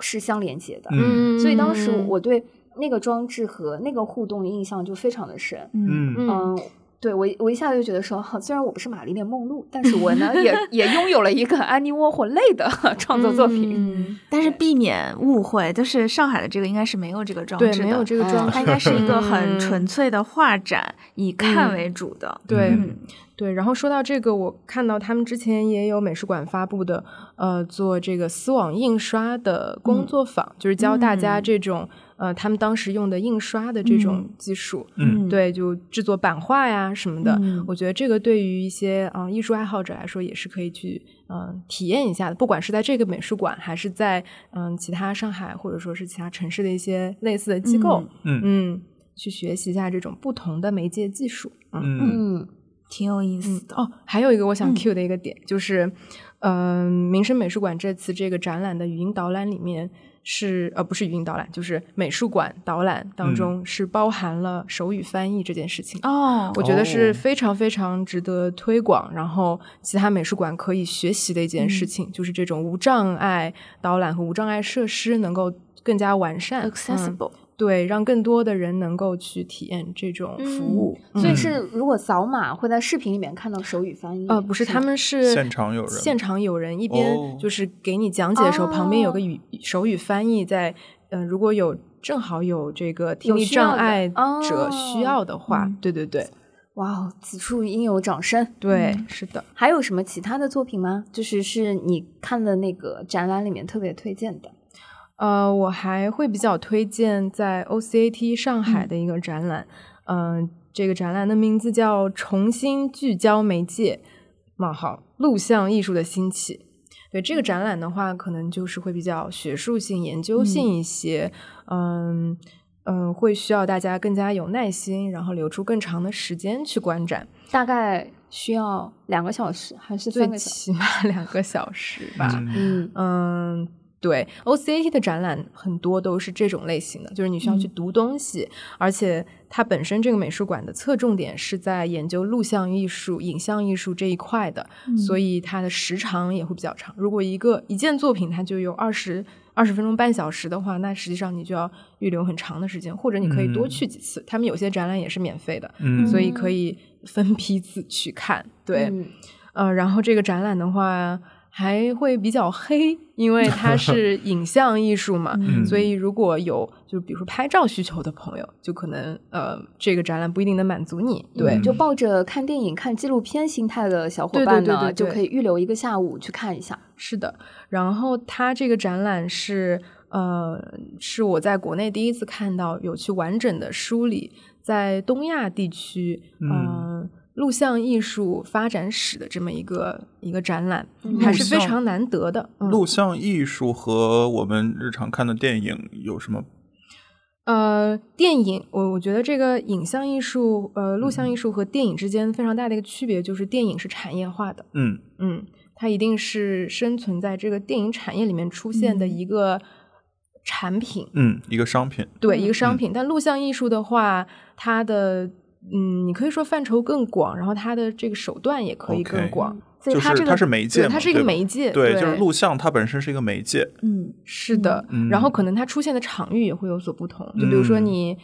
Speaker 2: 是相连接的。
Speaker 4: 哦嗯
Speaker 2: 所以当时我对那个装置和那个互动的印象就非常的深。
Speaker 4: 嗯嗯
Speaker 5: 嗯
Speaker 2: 嗯，对我一我一下就觉得说，哈，虽然我不是玛丽莲梦露，但是我 呢也也拥有了一个安妮沃霍类的创作作品。
Speaker 5: 嗯
Speaker 3: 但是避免误会，就是上海的这个应该是没有这个装置
Speaker 5: 对
Speaker 3: 的，
Speaker 5: 没有这个
Speaker 2: 嗯
Speaker 5: 装置，
Speaker 3: 它应该是一个
Speaker 5: 嗯
Speaker 3: 很纯粹的画展，以看为主的。
Speaker 5: 对
Speaker 3: 嗯
Speaker 5: 对，然后说到这个，我看到他们之前也有美术馆发布的，呃，做这个丝网印刷的工作坊，就是教大家这种、呃他们当时用的印刷的这种
Speaker 3: 嗯
Speaker 5: 技术，
Speaker 4: 嗯
Speaker 5: 对，就制作版画呀什么的。
Speaker 3: 嗯
Speaker 5: 我觉得这个对于一些嗯、呃艺术爱好者来说，也是可以去嗯、呃体验一下的。不管是在这个美术馆，还是在嗯、其他上海或者说是其他城市的一些类似的机构，
Speaker 4: 嗯
Speaker 5: 嗯去学习一下这种不同的媒介技术。嗯
Speaker 4: 嗯
Speaker 2: 嗯
Speaker 3: 挺有意思的。
Speaker 5: 哦，还有一个我想
Speaker 3: 嗯
Speaker 5: cue 的一个点、就是，嗯、民生美术馆这次这个展览的语音导览里面是呃不是语音导览，就是美术馆导览当中是包含了手语翻译这件事情。
Speaker 3: 哦
Speaker 5: 我觉得是
Speaker 4: 哦
Speaker 5: 非常非常值得推广，然后其他美术馆可以学习的一件事情，就是这种无障碍导览和无障碍设施能够更加完善嗯
Speaker 3: ，accessible，
Speaker 5: 对，让更多的人能够去体验这种服务。
Speaker 2: 嗯所以是如果扫码会在视频里面看到手语翻译，
Speaker 5: 呃，不是，他
Speaker 2: 吗
Speaker 5: 们是
Speaker 4: 现场有人
Speaker 5: 现场有人一边
Speaker 4: 哦
Speaker 5: 就是给你讲解的时候，旁边有个
Speaker 2: 哦
Speaker 5: 语手语翻译在，嗯，如果有正好有这个听
Speaker 2: 有
Speaker 5: 力
Speaker 2: 需要
Speaker 5: 障
Speaker 2: 的
Speaker 5: 碍者
Speaker 2: 哦
Speaker 5: 需要的话，
Speaker 3: 嗯
Speaker 5: 对对对
Speaker 2: 哇哦，此处应有掌声。
Speaker 5: 对，是的。
Speaker 2: 还有什么其他的作品吗？就是是你看的那个展览里面特别推荐的。
Speaker 5: 呃，我还会比较推荐在 OCAT 上海的一个展览，嗯、这个展览的名字叫《重新聚焦媒介：冒号录像艺术的兴起》。对这个展览的话，可能就是会比较学术性、研究性一些，嗯嗯、呃会需要大家更加有耐心，然后留出更长的时间去观展，
Speaker 2: 大概需要两个小时还是
Speaker 5: 最
Speaker 2: 三个小时？
Speaker 5: 起码两个小时吧。
Speaker 4: 嗯
Speaker 2: 嗯
Speaker 5: 嗯，对，OCAT 的展览很多都是这种类型的，就是你需要去读东西，而且它本身这个美术馆的侧重点是在研究录像艺术、影像艺术这一块的，
Speaker 3: 嗯
Speaker 5: 所以它的时长也会比较长。如果一个一件作品它就有二十二十分钟、半小时的话，那实际上你就要预留很长的时间，或者你可以多
Speaker 4: 嗯
Speaker 5: 去几次。他们有些展览也是免费的，
Speaker 4: 嗯
Speaker 5: 所以可以分批次去看。 对，
Speaker 2: 嗯
Speaker 5: 呃，然后这个展览的话还会比较黑，因为它 是影像艺术嘛，
Speaker 4: 嗯
Speaker 5: 所以如果有就比如说拍照需求的朋友，就可能呃这个展览不一定能满足你。对，
Speaker 2: 嗯
Speaker 4: 嗯
Speaker 2: 就抱着看电影、看纪录片心态的小伙
Speaker 5: 对对
Speaker 2: 伴呢，
Speaker 5: 对对
Speaker 2: 就
Speaker 5: 对
Speaker 2: 可以预留一个下午去看一下。
Speaker 5: 是的。然后它这个展览是呃是我在国内第一次看到有去完整的梳理在东亚地区
Speaker 4: 嗯
Speaker 5: 呃录像艺术发展史的这么一个一个展览，
Speaker 2: 嗯
Speaker 5: 还是非
Speaker 4: 录像
Speaker 5: 常难得的。嗯
Speaker 4: 录像艺术和我们日常看的电影有什么？
Speaker 5: 呃，电影，我我觉得这个影像艺术，呃，录
Speaker 4: 嗯
Speaker 5: 像艺术和电影之间非常大的一个区别就是，电影是产业化的，
Speaker 4: 嗯
Speaker 5: 嗯，它一定是生存在这个电影产业里面出现的一个产品，
Speaker 4: 嗯，一个商品。
Speaker 5: 对，
Speaker 2: 嗯
Speaker 5: 一个商品。但录像艺术的话，它的嗯，你可以说范畴更广，然后它的这个手段也可以
Speaker 4: OK
Speaker 5: 更广，
Speaker 3: 所以
Speaker 4: 就是
Speaker 3: 它这个
Speaker 4: 它是媒介
Speaker 5: 对，
Speaker 4: 嘛，
Speaker 5: 它是一个
Speaker 4: 对吧
Speaker 5: 媒介，
Speaker 4: 对，就是录像，它本身是一个媒介。
Speaker 3: 嗯
Speaker 5: 是的，
Speaker 4: 嗯
Speaker 5: 然后可能它出现的场域也会有所不同。就比如说，
Speaker 4: 嗯
Speaker 5: 你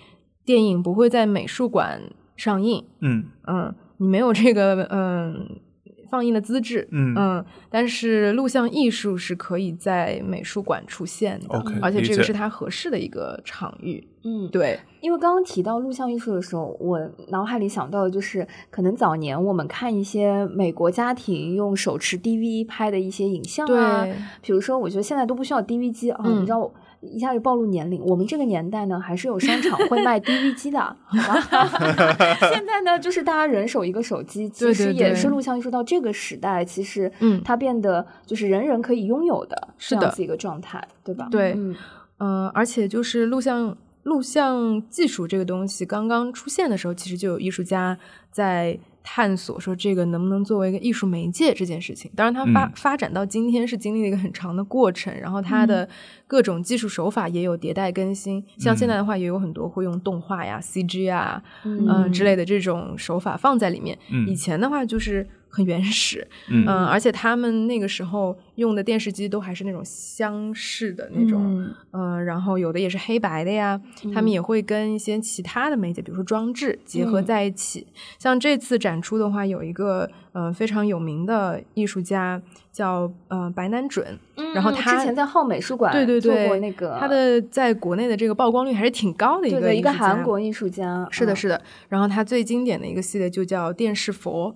Speaker 5: 电影不会在美术馆上映，
Speaker 4: 嗯
Speaker 5: 嗯，你没有这个嗯放映的资质，
Speaker 4: 嗯
Speaker 5: 但是录像艺术是可以在美术馆出现的
Speaker 4: OK，
Speaker 5: 而且这个
Speaker 4: 理解
Speaker 5: 是它合适的一个场域。
Speaker 2: 嗯，
Speaker 5: 对，
Speaker 2: 因为刚刚提到录像艺术的时候，我脑海里想到的就是，可能早年我们看一些美国家庭用手持 DV 拍的一些影像啊，
Speaker 5: 对
Speaker 2: 比如说，我觉得现在都不需要 DV 机啊、
Speaker 5: 嗯
Speaker 2: 你知道我。一下就暴露年龄，我们这个年代呢，还是有商场会卖 DV 机的，好吧？ 现在呢，就是大家人手一个手机，其
Speaker 5: 对
Speaker 2: 实
Speaker 5: 对
Speaker 2: 也
Speaker 5: 对
Speaker 2: 是录像艺术到这个时代，其实
Speaker 5: 嗯
Speaker 2: 它变得就是人人可以拥有的
Speaker 5: 是
Speaker 2: 这
Speaker 5: 的
Speaker 2: 样子一个状态，对吧？
Speaker 5: 对
Speaker 2: 嗯
Speaker 5: 呃，而且就是录像录像技术这个东西刚刚出现的时候，其实就有艺术家在探索说这个能不能作为一个艺术媒介这件事情。当然，它发、
Speaker 4: 嗯
Speaker 5: 发展到今天是经历了一个很长的过程，然后它的各种技术手法也有迭代更新。像现在
Speaker 4: 嗯
Speaker 5: 的话，也有很多会用动画呀、CG 啊，
Speaker 2: 嗯
Speaker 5: 嗯、之类的这种手法放在里面。
Speaker 4: 嗯
Speaker 5: 以前的话就是很原始，
Speaker 4: 嗯
Speaker 5: 嗯，而且他们那个时候用的电视机都还是那种厢式的那种，嗯、然后有的也是黑白的呀，他们也会跟一些其他的媒介，比如说装置结合
Speaker 2: 嗯
Speaker 5: 在一起。像这次展出的话，有一个呃非常有名的艺术家叫呃白南准，然后
Speaker 2: 嗯
Speaker 5: 他
Speaker 2: 之前在浩美术馆
Speaker 5: 对对对
Speaker 2: 做过那个
Speaker 5: 他的在国内的这个曝光率还是挺高的一
Speaker 2: 对
Speaker 5: 个
Speaker 2: 对
Speaker 5: 艺
Speaker 2: 一个
Speaker 5: 术家
Speaker 2: 韩国艺术家，
Speaker 5: 是的，
Speaker 2: 嗯
Speaker 5: 是的。然后他最经典的一个系列就叫《电视佛》，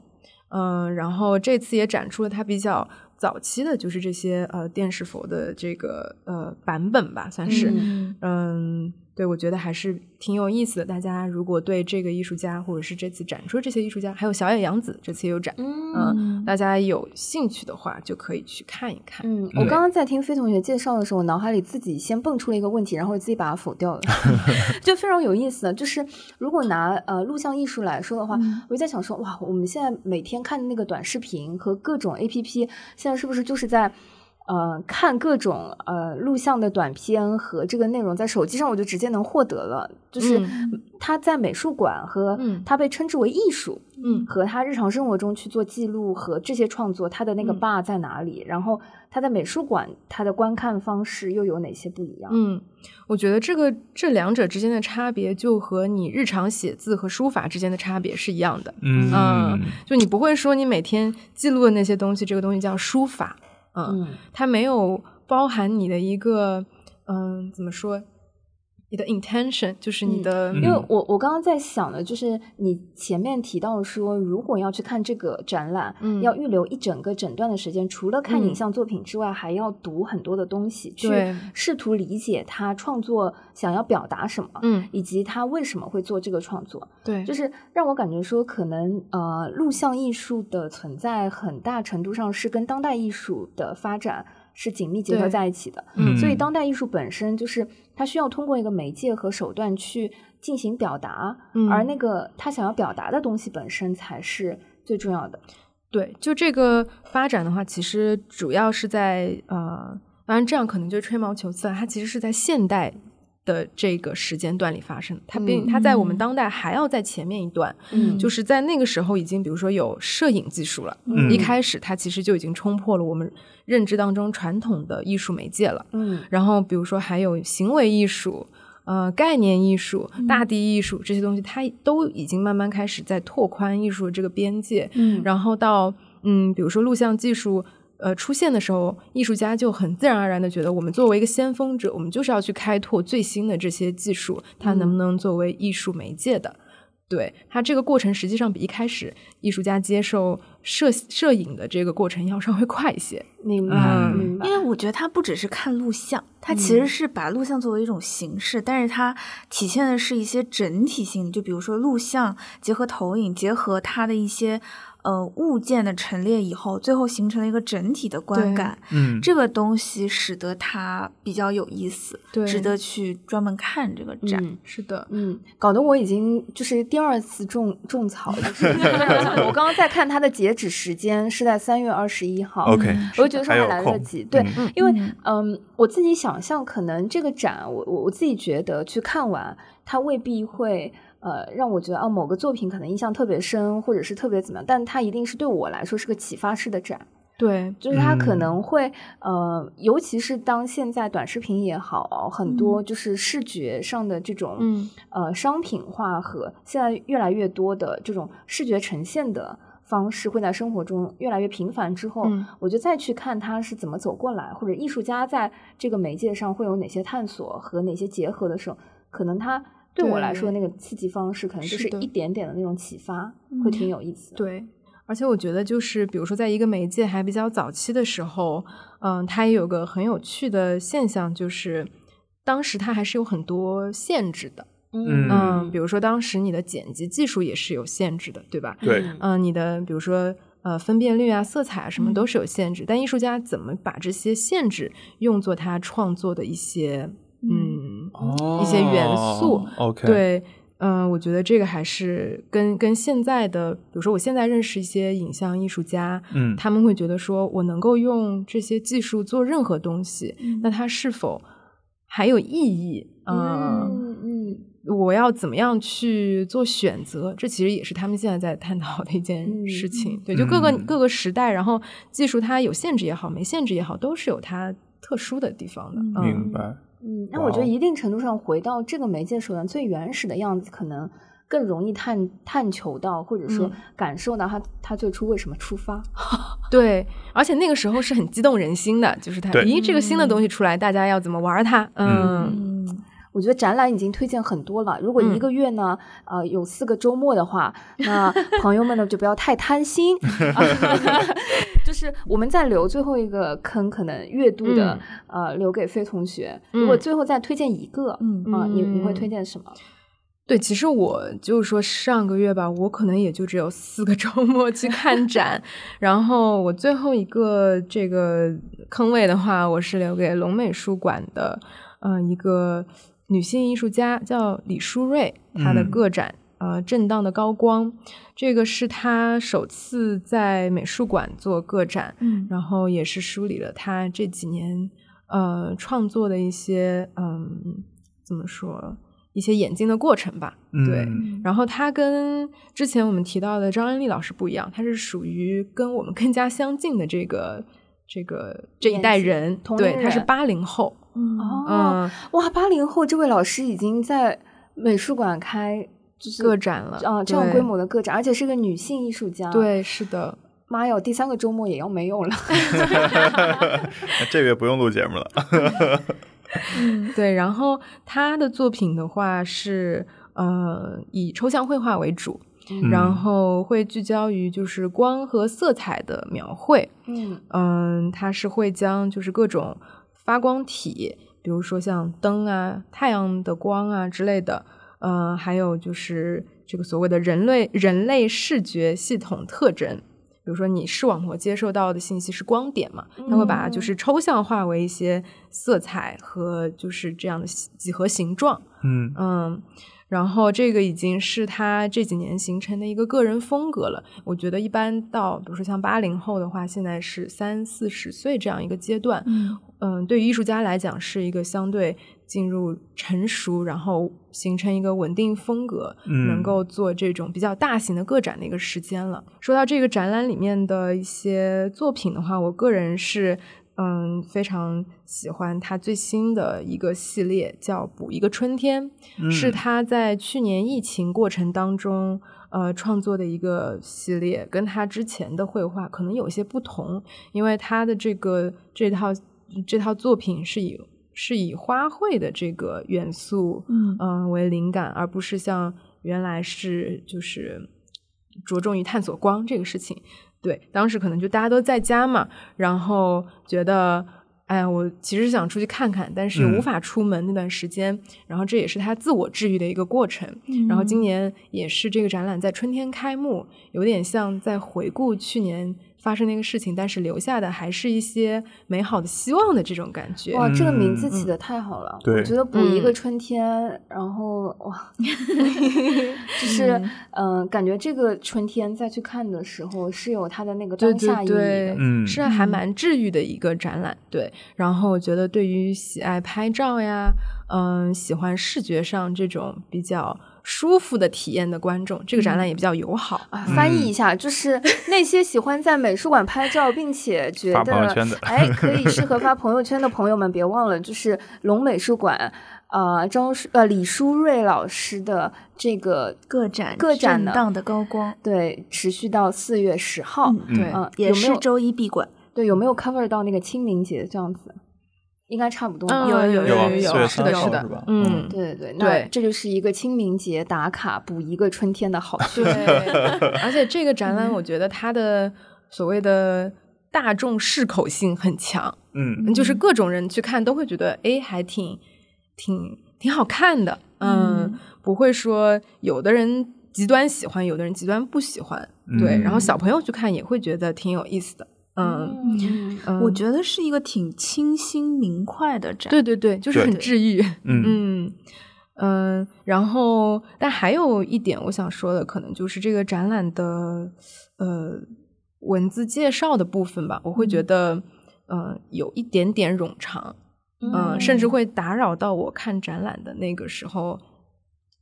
Speaker 5: 嗯、然后这次也展出了他比较早期的，就是这些呃电视佛的这个呃版本吧，算是。
Speaker 3: 嗯
Speaker 5: 嗯，对，我觉得还是挺有意思的。大家如果对这个艺术家，或者是这次展出的这些艺术家，还有小野洋子这次也有展，
Speaker 2: 嗯
Speaker 5: 大家有兴趣的话，就可以去看一看。
Speaker 2: 嗯，我刚刚在听飞同学介绍的时候，我脑海里自己先蹦出了一个问题，然后我自己把它否 掉了，就非常有意思。就是如果拿呃录像艺术来说的话，
Speaker 5: 嗯
Speaker 2: 我就在想说，哇，我们现在每天看的那个短视频和各种 A P P，现在是不是就是在呃看各种呃录像的短片和这个内容，在手机上我就直接能获得了？就是它在美术馆和
Speaker 5: 嗯
Speaker 2: 它被称之为艺术，
Speaker 5: 嗯
Speaker 2: 和他日常生活中去做记录和这些创作，他的那个
Speaker 5: 嗯
Speaker 2: bar 在哪里？然后他在美术馆，他的观看方式又有哪些不一样？
Speaker 5: 嗯，我觉得这个这两者之间的差别，就和你日常写字和书法之间的差别是一样的。
Speaker 4: 嗯
Speaker 5: 嗯，就你不会说你每天记录的那些东西，这个东西叫书法，嗯，
Speaker 2: 嗯
Speaker 5: 它没有包含你的一个，嗯、怎么说，你的 intention，就是
Speaker 2: 嗯
Speaker 5: 你的，
Speaker 2: 因为我我刚刚在想的就是你前面提到说，如果要去看这个展览，
Speaker 5: 嗯
Speaker 2: 要预留一整个诊断的时间，除了看
Speaker 5: 嗯
Speaker 2: 影像作品之外，还要读很多的东西，去
Speaker 5: 对
Speaker 2: 试图理解他创作想要表达什么，
Speaker 5: 嗯，
Speaker 2: 以及他为什么会做这个创作。
Speaker 5: 对，
Speaker 2: 就是让我感觉说，可能呃，录像艺术的存在很大程度上是跟当代艺术的发展是紧密结合
Speaker 5: 对
Speaker 2: 在一起的。
Speaker 4: 嗯
Speaker 2: 所以，当代艺术本身就是它需要通过一个媒介和手段去进行表达，
Speaker 5: 嗯
Speaker 2: 而那个他想要表达的东西本身才是最重要的。
Speaker 5: 对，就这个发展的话，其实主要是在呃，当然这样可能就吹毛求疵了。啊它其实是在现代的这个时间段里发生的，它比
Speaker 2: 嗯
Speaker 5: 它在我们当代还要在前面一段，
Speaker 2: 嗯
Speaker 5: 就是是在那个时候已经，比如说有摄影技术了，
Speaker 4: 嗯
Speaker 5: 一开始它其实就已经冲破了我们认知当中传统的艺术媒介了。
Speaker 2: 嗯
Speaker 5: 然后比如说还有行为艺术。呃，概念艺术、大地艺术这些东西，它都已经慢慢开始在拓宽艺术的这个边界，
Speaker 2: 嗯
Speaker 5: 然后到嗯，比如说录像技术呃出现的时候，艺术家就很自然而然的觉得，我们作为一个先锋者，我们就是要去开拓最新的这些技术，它
Speaker 3: 嗯
Speaker 5: 能不能作为艺术媒介的？对它这个过程，实际上比一开始艺术家接受摄摄影的这个过程要稍微快一些。
Speaker 2: 明白
Speaker 4: 嗯
Speaker 2: 明白
Speaker 3: 因。为我觉得它不只是看录像，它其
Speaker 5: 嗯
Speaker 3: 实是把录像作为一种形式，但是它体现的是一些整体性的，就比如说录像结合投影，结合它的一些呃物件的陈列以后，最后形成了一个整体的观
Speaker 5: 对
Speaker 3: 感。
Speaker 4: 嗯，
Speaker 3: 这个东西使得它比较有意思，
Speaker 5: 对
Speaker 3: 值得去专门看这个展。
Speaker 2: 嗯
Speaker 5: 是的，
Speaker 2: 嗯，搞得我已经就是第二次种种草，就是 我刚刚在看它的截止时间是在三月二十一号
Speaker 4: OK，
Speaker 2: 我就觉得说
Speaker 4: 嗯还有
Speaker 2: 来得
Speaker 4: 空
Speaker 2: 及，对，
Speaker 4: 嗯
Speaker 2: 因为
Speaker 3: 嗯
Speaker 2: 嗯，我自己想象可能这个展，我我我自己觉得去看完，它未必会呃让我觉得啊某个作品可能印象特别深，或者是特别怎么样，但它一定是对我来说是个启发式的展，
Speaker 5: 对，
Speaker 2: 就是它可
Speaker 4: 嗯
Speaker 2: 能会、呃，尤其是当现在短视频也好，很多就是视觉上的这种、
Speaker 5: 嗯
Speaker 2: 呃商品化和现在越来越多的这种视觉呈现的方式会在生活中越来越频繁之后，
Speaker 5: 嗯
Speaker 2: 我就再去看它是怎么走过来，或者艺术家在这个媒介上会有哪些探索和哪些结合的时候，可能它对我来说
Speaker 5: 对
Speaker 2: 那个刺激方式，可能就是是
Speaker 5: 的嗯
Speaker 2: 一点点的那种启发，会挺有意思的。
Speaker 5: 对，而且我觉得就是，比如说在一个媒介还比较早期的时候，嗯，它也有个很有趣的现象，就是当时它还是有很多限制的，
Speaker 4: 嗯
Speaker 5: 嗯，比如说当时你的剪辑技术也是有限制的，对吧？
Speaker 4: 对
Speaker 2: 嗯
Speaker 5: 嗯，你的比如说。呃，分辨率啊、色彩啊，什么
Speaker 3: 嗯
Speaker 5: 都是有限制，但艺术家怎么把这些限制用作他创作的一些嗯
Speaker 4: 哦
Speaker 5: 一些元素
Speaker 4: ，OK，，
Speaker 5: 对，嗯、我觉得这个还是跟跟现在的，比如说我现在认识一些影像艺术家，
Speaker 4: 嗯，
Speaker 5: 他们会觉得说我能够用这些技术做任何东西，
Speaker 3: 嗯
Speaker 5: 那它是否还有意义？嗯，
Speaker 2: 嗯嗯
Speaker 5: 我要怎么样去做选择？这其实也是他们现在在探讨的一件
Speaker 2: 嗯
Speaker 5: 事情。
Speaker 3: 嗯
Speaker 5: 对，就各个、
Speaker 4: 嗯
Speaker 5: 各个时代，然后技术它有限制也好，没限制也好，都是有它特殊的地方的。
Speaker 3: 嗯
Speaker 5: 嗯
Speaker 4: 明白，
Speaker 2: 嗯，那我觉得
Speaker 4: 哇哦
Speaker 2: 一定程度上回到这个媒介手段最原始的样子，可能更容易探探求到，或者说
Speaker 5: 嗯
Speaker 2: 感受到它它最初为什么出发。
Speaker 5: 对，而且那个时候是很激动人心的，就是他，
Speaker 4: 对
Speaker 5: 咦，这个新的东西出来，大家要怎么玩它？嗯，
Speaker 3: 嗯
Speaker 2: 我觉得展览已经推荐很多了。如果一
Speaker 5: 嗯
Speaker 2: 个月呢，呃，有四个周末的话，那朋友们呢就不要太贪心。就是我们再留最后一个坑，可能月度的、呃留给飞同学。如果
Speaker 5: 嗯
Speaker 2: 最后再推荐一个，
Speaker 3: 嗯
Speaker 2: 啊、你你会
Speaker 5: 嗯
Speaker 2: 推荐什么？
Speaker 5: 对，其实我就是说上个月吧，我可能也就只有四个周末去看展，然后我最后一个这个坑位的话，我是留给龙美术馆的，呃，一个女性艺术家叫李淑瑞，她的
Speaker 4: 嗯
Speaker 5: 个展。呃，震荡的高光，这个是她首次在美术馆做个展，
Speaker 3: 嗯
Speaker 5: 然后也是梳理了他这几年呃创作的一些嗯怎么说一些演进的过程吧。对
Speaker 4: 嗯
Speaker 5: 然后他跟之前我们提到的张安利老师不一样，他是属于跟我们更加相近的这个这个这一代
Speaker 2: 年纪
Speaker 5: 人，
Speaker 2: 同龄
Speaker 5: 对，他是
Speaker 2: 人
Speaker 5: 八零后。
Speaker 3: 嗯
Speaker 2: 哦，
Speaker 5: 嗯，
Speaker 2: 哇，八零后这位老师已经在美术馆开就是
Speaker 5: 个展了
Speaker 2: 啊、这样
Speaker 5: 对
Speaker 2: 规模的个展，而且是个女性艺术家。，
Speaker 5: 对，是的，
Speaker 2: 妈哟，第三个周末也要没有了。
Speaker 4: 这个月不用录节目了。
Speaker 5: 对。然后他的作品的话是呃以抽象绘画为主， 然后会聚焦于就是光和色彩的描绘。
Speaker 2: 嗯
Speaker 5: 嗯，它是会将就是各种发光体，比如说像灯啊、太阳的光啊之类的，呃，还有就是这个所谓的人类人类视觉系统特征。比如说，你视网膜接受到的信息是光点嘛？它会把就
Speaker 2: 嗯
Speaker 5: 是抽象化为一些色彩和就是这样的几何形状。
Speaker 4: 嗯
Speaker 5: 嗯，然后这个已经是他这几年形成的一个个人风格了。我觉得一般到，比如说像八零后的话，现在是三四十岁这样一个阶段，
Speaker 3: 嗯
Speaker 5: 嗯，对于艺术家来讲是一个相对进入成熟，然后形成一个稳定风格，
Speaker 4: 嗯
Speaker 5: 能够做这种比较大型的个展的一个时间了。说到这个展览里面的一些作品的话，我个人是。嗯，非常喜欢他最新的一个系列，叫《补一个春天》，是
Speaker 4: 嗯
Speaker 5: 他在去年疫情过程当中呃创作的一个系列，跟他之前的绘画可能有些不同，因为他的这个这套这套作品是以是以花卉的这个元素
Speaker 3: 嗯
Speaker 5: 嗯、为灵感，而不是像原来是就是着重于探索光这个事情。对，当时可能就大家都在家嘛，然后觉得，哎呀，我其实想出去看看，但是
Speaker 4: 嗯
Speaker 5: 无法出门那段时间，然后这也是他自我治愈的一个过程。
Speaker 3: 嗯
Speaker 5: 然后今年也是这个展览在春天开幕，有点像在回顾去年发生的一个事情，但是留下的还是一些美好的希望的这种感觉。
Speaker 2: 哇，这个名
Speaker 4: 嗯
Speaker 2: 字起
Speaker 5: 嗯
Speaker 2: 的太好了。我
Speaker 4: 对
Speaker 2: 觉得补一个
Speaker 5: 嗯
Speaker 2: 春天，然 后哇， 就是嗯、呃感觉这个春天再去看的时候是有它的那个
Speaker 5: 对
Speaker 2: 当下
Speaker 5: 对
Speaker 2: 意义的。
Speaker 5: 对，
Speaker 4: 嗯
Speaker 5: 是还
Speaker 3: 嗯
Speaker 5: 蛮治愈的一个展览。对，然后我觉得对于喜爱拍照呀，嗯，喜欢视觉上这种比较舒服的体验的观众，这个展览也比较友 好。
Speaker 2: 啊，翻译
Speaker 4: 嗯
Speaker 2: 一下， 就是那些喜欢在美术馆拍照，并且觉
Speaker 4: 发
Speaker 2: 得
Speaker 4: 朋友圈的
Speaker 2: 哎可以适合发朋友圈的朋友们，别忘了，就是龙美术馆，呃，张淑呃李淑瑞老师的这个
Speaker 3: 个展
Speaker 2: 个展
Speaker 3: 震
Speaker 2: 呢，
Speaker 3: 荡的高光，
Speaker 2: 对，持续到四月十号，
Speaker 3: 嗯
Speaker 4: 嗯
Speaker 5: 对，
Speaker 2: 嗯，
Speaker 3: 也
Speaker 2: 有没
Speaker 3: 是
Speaker 2: 有
Speaker 3: 周一闭馆。
Speaker 2: 对有没有 cover 到那个清明节这样子？应该差不多吧。
Speaker 5: 嗯
Speaker 3: 有
Speaker 5: 有
Speaker 3: 有
Speaker 4: 啊
Speaker 3: 有
Speaker 4: 四月
Speaker 5: 有，是的，
Speaker 4: 三号
Speaker 5: 是的
Speaker 4: 是吧，
Speaker 5: 嗯，
Speaker 2: 对对对，那
Speaker 5: 对
Speaker 2: 这就是一个清明节打卡补一个春天的好去处。
Speaker 5: 对，而且这个展览，我觉得它的所谓的大众适口性很强，
Speaker 4: 嗯
Speaker 3: 嗯
Speaker 5: 就是各种人去看都会觉得，哎，还挺挺挺好看的，嗯，
Speaker 3: 嗯
Speaker 5: 不会说有的人极端喜欢，有的人极端不喜欢，对，
Speaker 4: 嗯
Speaker 5: 然后小朋友去看也会觉得挺有意思的，嗯，
Speaker 2: 嗯，
Speaker 5: 嗯
Speaker 3: 我觉得是一个挺清新明快的展。
Speaker 5: 对对对，就是
Speaker 4: 对
Speaker 5: 很治愈，
Speaker 4: 嗯
Speaker 5: 嗯嗯，然后但还有一点我想说的，可能就是这个展览的呃文字介绍的部分吧，我会觉得呃有一点点冗长，嗯、
Speaker 2: 嗯
Speaker 5: 甚至会打扰到我看展览的那个时候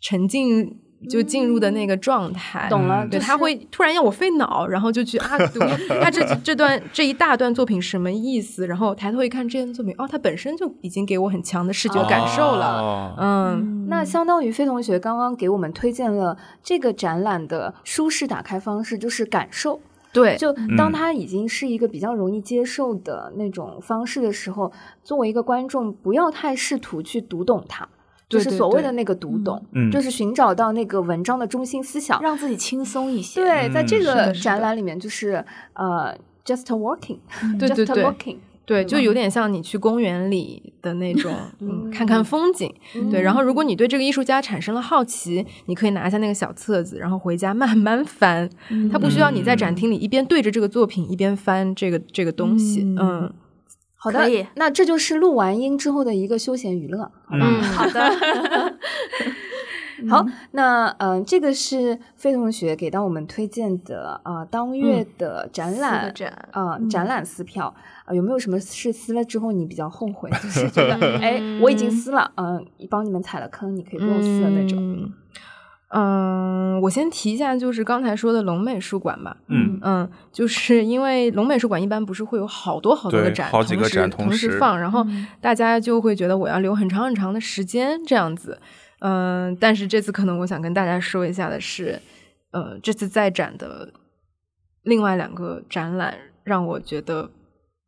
Speaker 5: 沉浸就进入的那个状态。
Speaker 2: 懂了，
Speaker 5: 嗯对，
Speaker 2: 就
Speaker 5: 他
Speaker 2: 是
Speaker 5: 会突然要我费脑，然后就去啊读 他这这段这一大段作品什么意思，然后抬头一看这件作品，哦，它本身就已经给我很强的视觉感受
Speaker 2: 哦
Speaker 5: 了，
Speaker 4: 了。
Speaker 5: 嗯。
Speaker 3: 嗯，
Speaker 2: 那相当于飞同学刚刚给我们推荐了这个展览的舒适打开方式，就是感受。
Speaker 5: 对，嗯
Speaker 2: 就当它已经是一个比较容易接受的那种方式的时候，作为一个观众，不要太试图去读懂它。就
Speaker 5: 对
Speaker 2: 是
Speaker 5: 对
Speaker 2: 所谓
Speaker 5: 对
Speaker 2: 的那个读懂，
Speaker 4: 嗯
Speaker 2: 就是寻找到那个文章的中心思想。
Speaker 3: 让自己轻松一些。
Speaker 2: 对，在
Speaker 4: 嗯
Speaker 2: 这
Speaker 4: 是
Speaker 2: 个
Speaker 3: 的是
Speaker 2: 展
Speaker 3: 的
Speaker 2: 览里面，就是呃，just walking，
Speaker 5: 嗯对
Speaker 2: just
Speaker 5: 对对
Speaker 2: walking，对
Speaker 5: 对，就
Speaker 2: 吧
Speaker 5: 有点像你去公园里的那 种，嗯，看看风景。
Speaker 2: 嗯
Speaker 5: 对，然后如果你对这个艺术家产生了好奇，你可以拿下那个小册子，然后回家慢慢翻。
Speaker 2: 嗯
Speaker 5: 它不需要你在展厅里一边对着这个作品一边翻这个这个东西。
Speaker 3: 嗯
Speaker 5: 嗯，
Speaker 2: 好的
Speaker 3: 可以，
Speaker 2: 那这就是录完音之后的一个休闲娱乐。
Speaker 4: 嗯
Speaker 2: 好的，好，那嗯、呃这个是费同学给到我们推荐的啊、呃当月的展
Speaker 3: 四
Speaker 2: 览
Speaker 3: 个。展
Speaker 2: 啊、
Speaker 3: 嗯
Speaker 2: 展览撕票啊、呃有没有什么是撕了之后你比较后悔， 就是觉得哎，我已经撕了，嗯、帮你们踩了坑，你可以不用撕的那种。
Speaker 5: 嗯。嗯，我先提一下，就是刚才说的龙美术馆吧。
Speaker 4: 嗯
Speaker 5: 嗯，就是因为龙美术馆一般不是会有好多好多的
Speaker 4: 对
Speaker 5: 展，
Speaker 4: 好几个展
Speaker 5: 同
Speaker 4: 同
Speaker 5: 时
Speaker 4: 时
Speaker 5: 放，然后
Speaker 3: 嗯
Speaker 5: 大家就会觉得我要留很长很长的时间这样子。嗯、但是这次可能我想跟大家说一下的是，呃，这次在展的另外两个展览让我觉得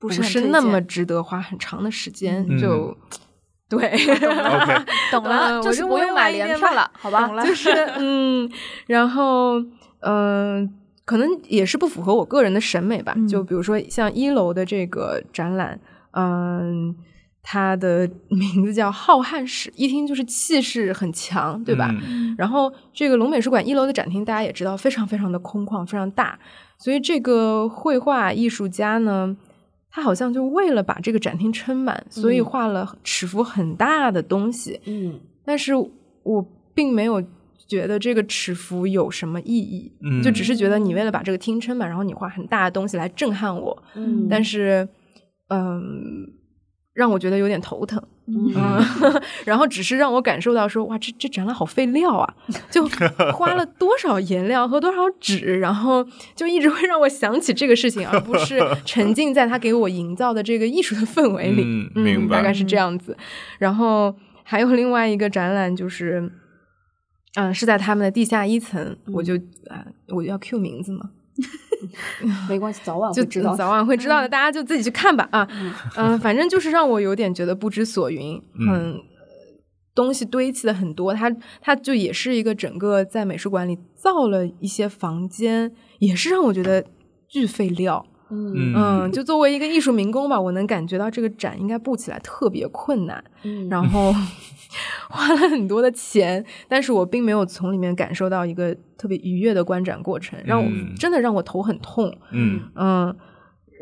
Speaker 3: 不
Speaker 5: 不
Speaker 3: 是很
Speaker 5: 是
Speaker 3: 推
Speaker 5: 那
Speaker 3: 荐
Speaker 5: 么值得花很长的时间，
Speaker 4: 嗯
Speaker 5: 就 对。
Speaker 4: ，OK，
Speaker 3: 懂了，
Speaker 5: 嗯
Speaker 2: 就
Speaker 5: 我
Speaker 2: 是
Speaker 5: 就
Speaker 2: 不
Speaker 5: 我
Speaker 2: 用
Speaker 5: 就
Speaker 2: 买
Speaker 5: 买一
Speaker 2: 联
Speaker 5: 点
Speaker 2: 票
Speaker 5: 吧
Speaker 2: 了，好吧？
Speaker 3: 懂了
Speaker 5: 就是嗯，然后嗯、可能也是不符合我个人的审美吧。
Speaker 3: 嗯
Speaker 5: 就比如说像一楼的这个展览，嗯、它的 名字叫《浩瀚史》，一听就是气势很强，对吧？
Speaker 4: 嗯
Speaker 5: 然后这个龙美术馆一楼的展厅，大家也知道，非常非常的空旷，非常大。所以这个绘画艺术家呢，他好像就为了把这个展厅撑满，所以
Speaker 2: 嗯
Speaker 5: 画了尺幅很大的东西。
Speaker 2: 嗯，
Speaker 5: 但是我并没有觉得这个尺幅有什么意义，
Speaker 4: 嗯
Speaker 5: 就只是觉得你为了把这个厅撑满，然后你画很大的东西来震撼我，
Speaker 2: 嗯
Speaker 5: 但是，嗯，让我觉得有点头疼。
Speaker 2: 嗯
Speaker 5: 然后只是让我感受到说，哇，这这展览好费料啊，就花了多少颜料和多少纸，然后就一直会让我想起这个事情，而不 是沉浸在他给我营造的这个艺术的氛围里。
Speaker 4: 嗯
Speaker 5: 嗯，
Speaker 4: 明白
Speaker 5: 大概是这样子。然后还有另外一个展览就是。嗯，是在他们的地下一层，
Speaker 2: 嗯
Speaker 5: 我就啊，我要 Q 名字嘛，
Speaker 2: 没关系，早晚
Speaker 5: 就
Speaker 2: 会哦知道。嗯
Speaker 5: 早晚会知道的，大家就自己去看吧啊。嗯、反正就是让我有点觉得不知所云，
Speaker 4: 嗯
Speaker 5: 嗯。东西堆砌的很多，它它就也是一个整个在美术馆里造了一些房间，也是让我觉得巨费料。
Speaker 2: 嗯
Speaker 5: 嗯，就作为一个艺术民工吧，我能感觉到这个展应该布起来特别困难，
Speaker 2: 嗯，
Speaker 5: 然后花了很多的钱，但是我并没有从里面感受到一个特别愉悦的观展过程，让我、
Speaker 4: 嗯
Speaker 5: 真的让我头很痛。
Speaker 4: 嗯
Speaker 5: 嗯，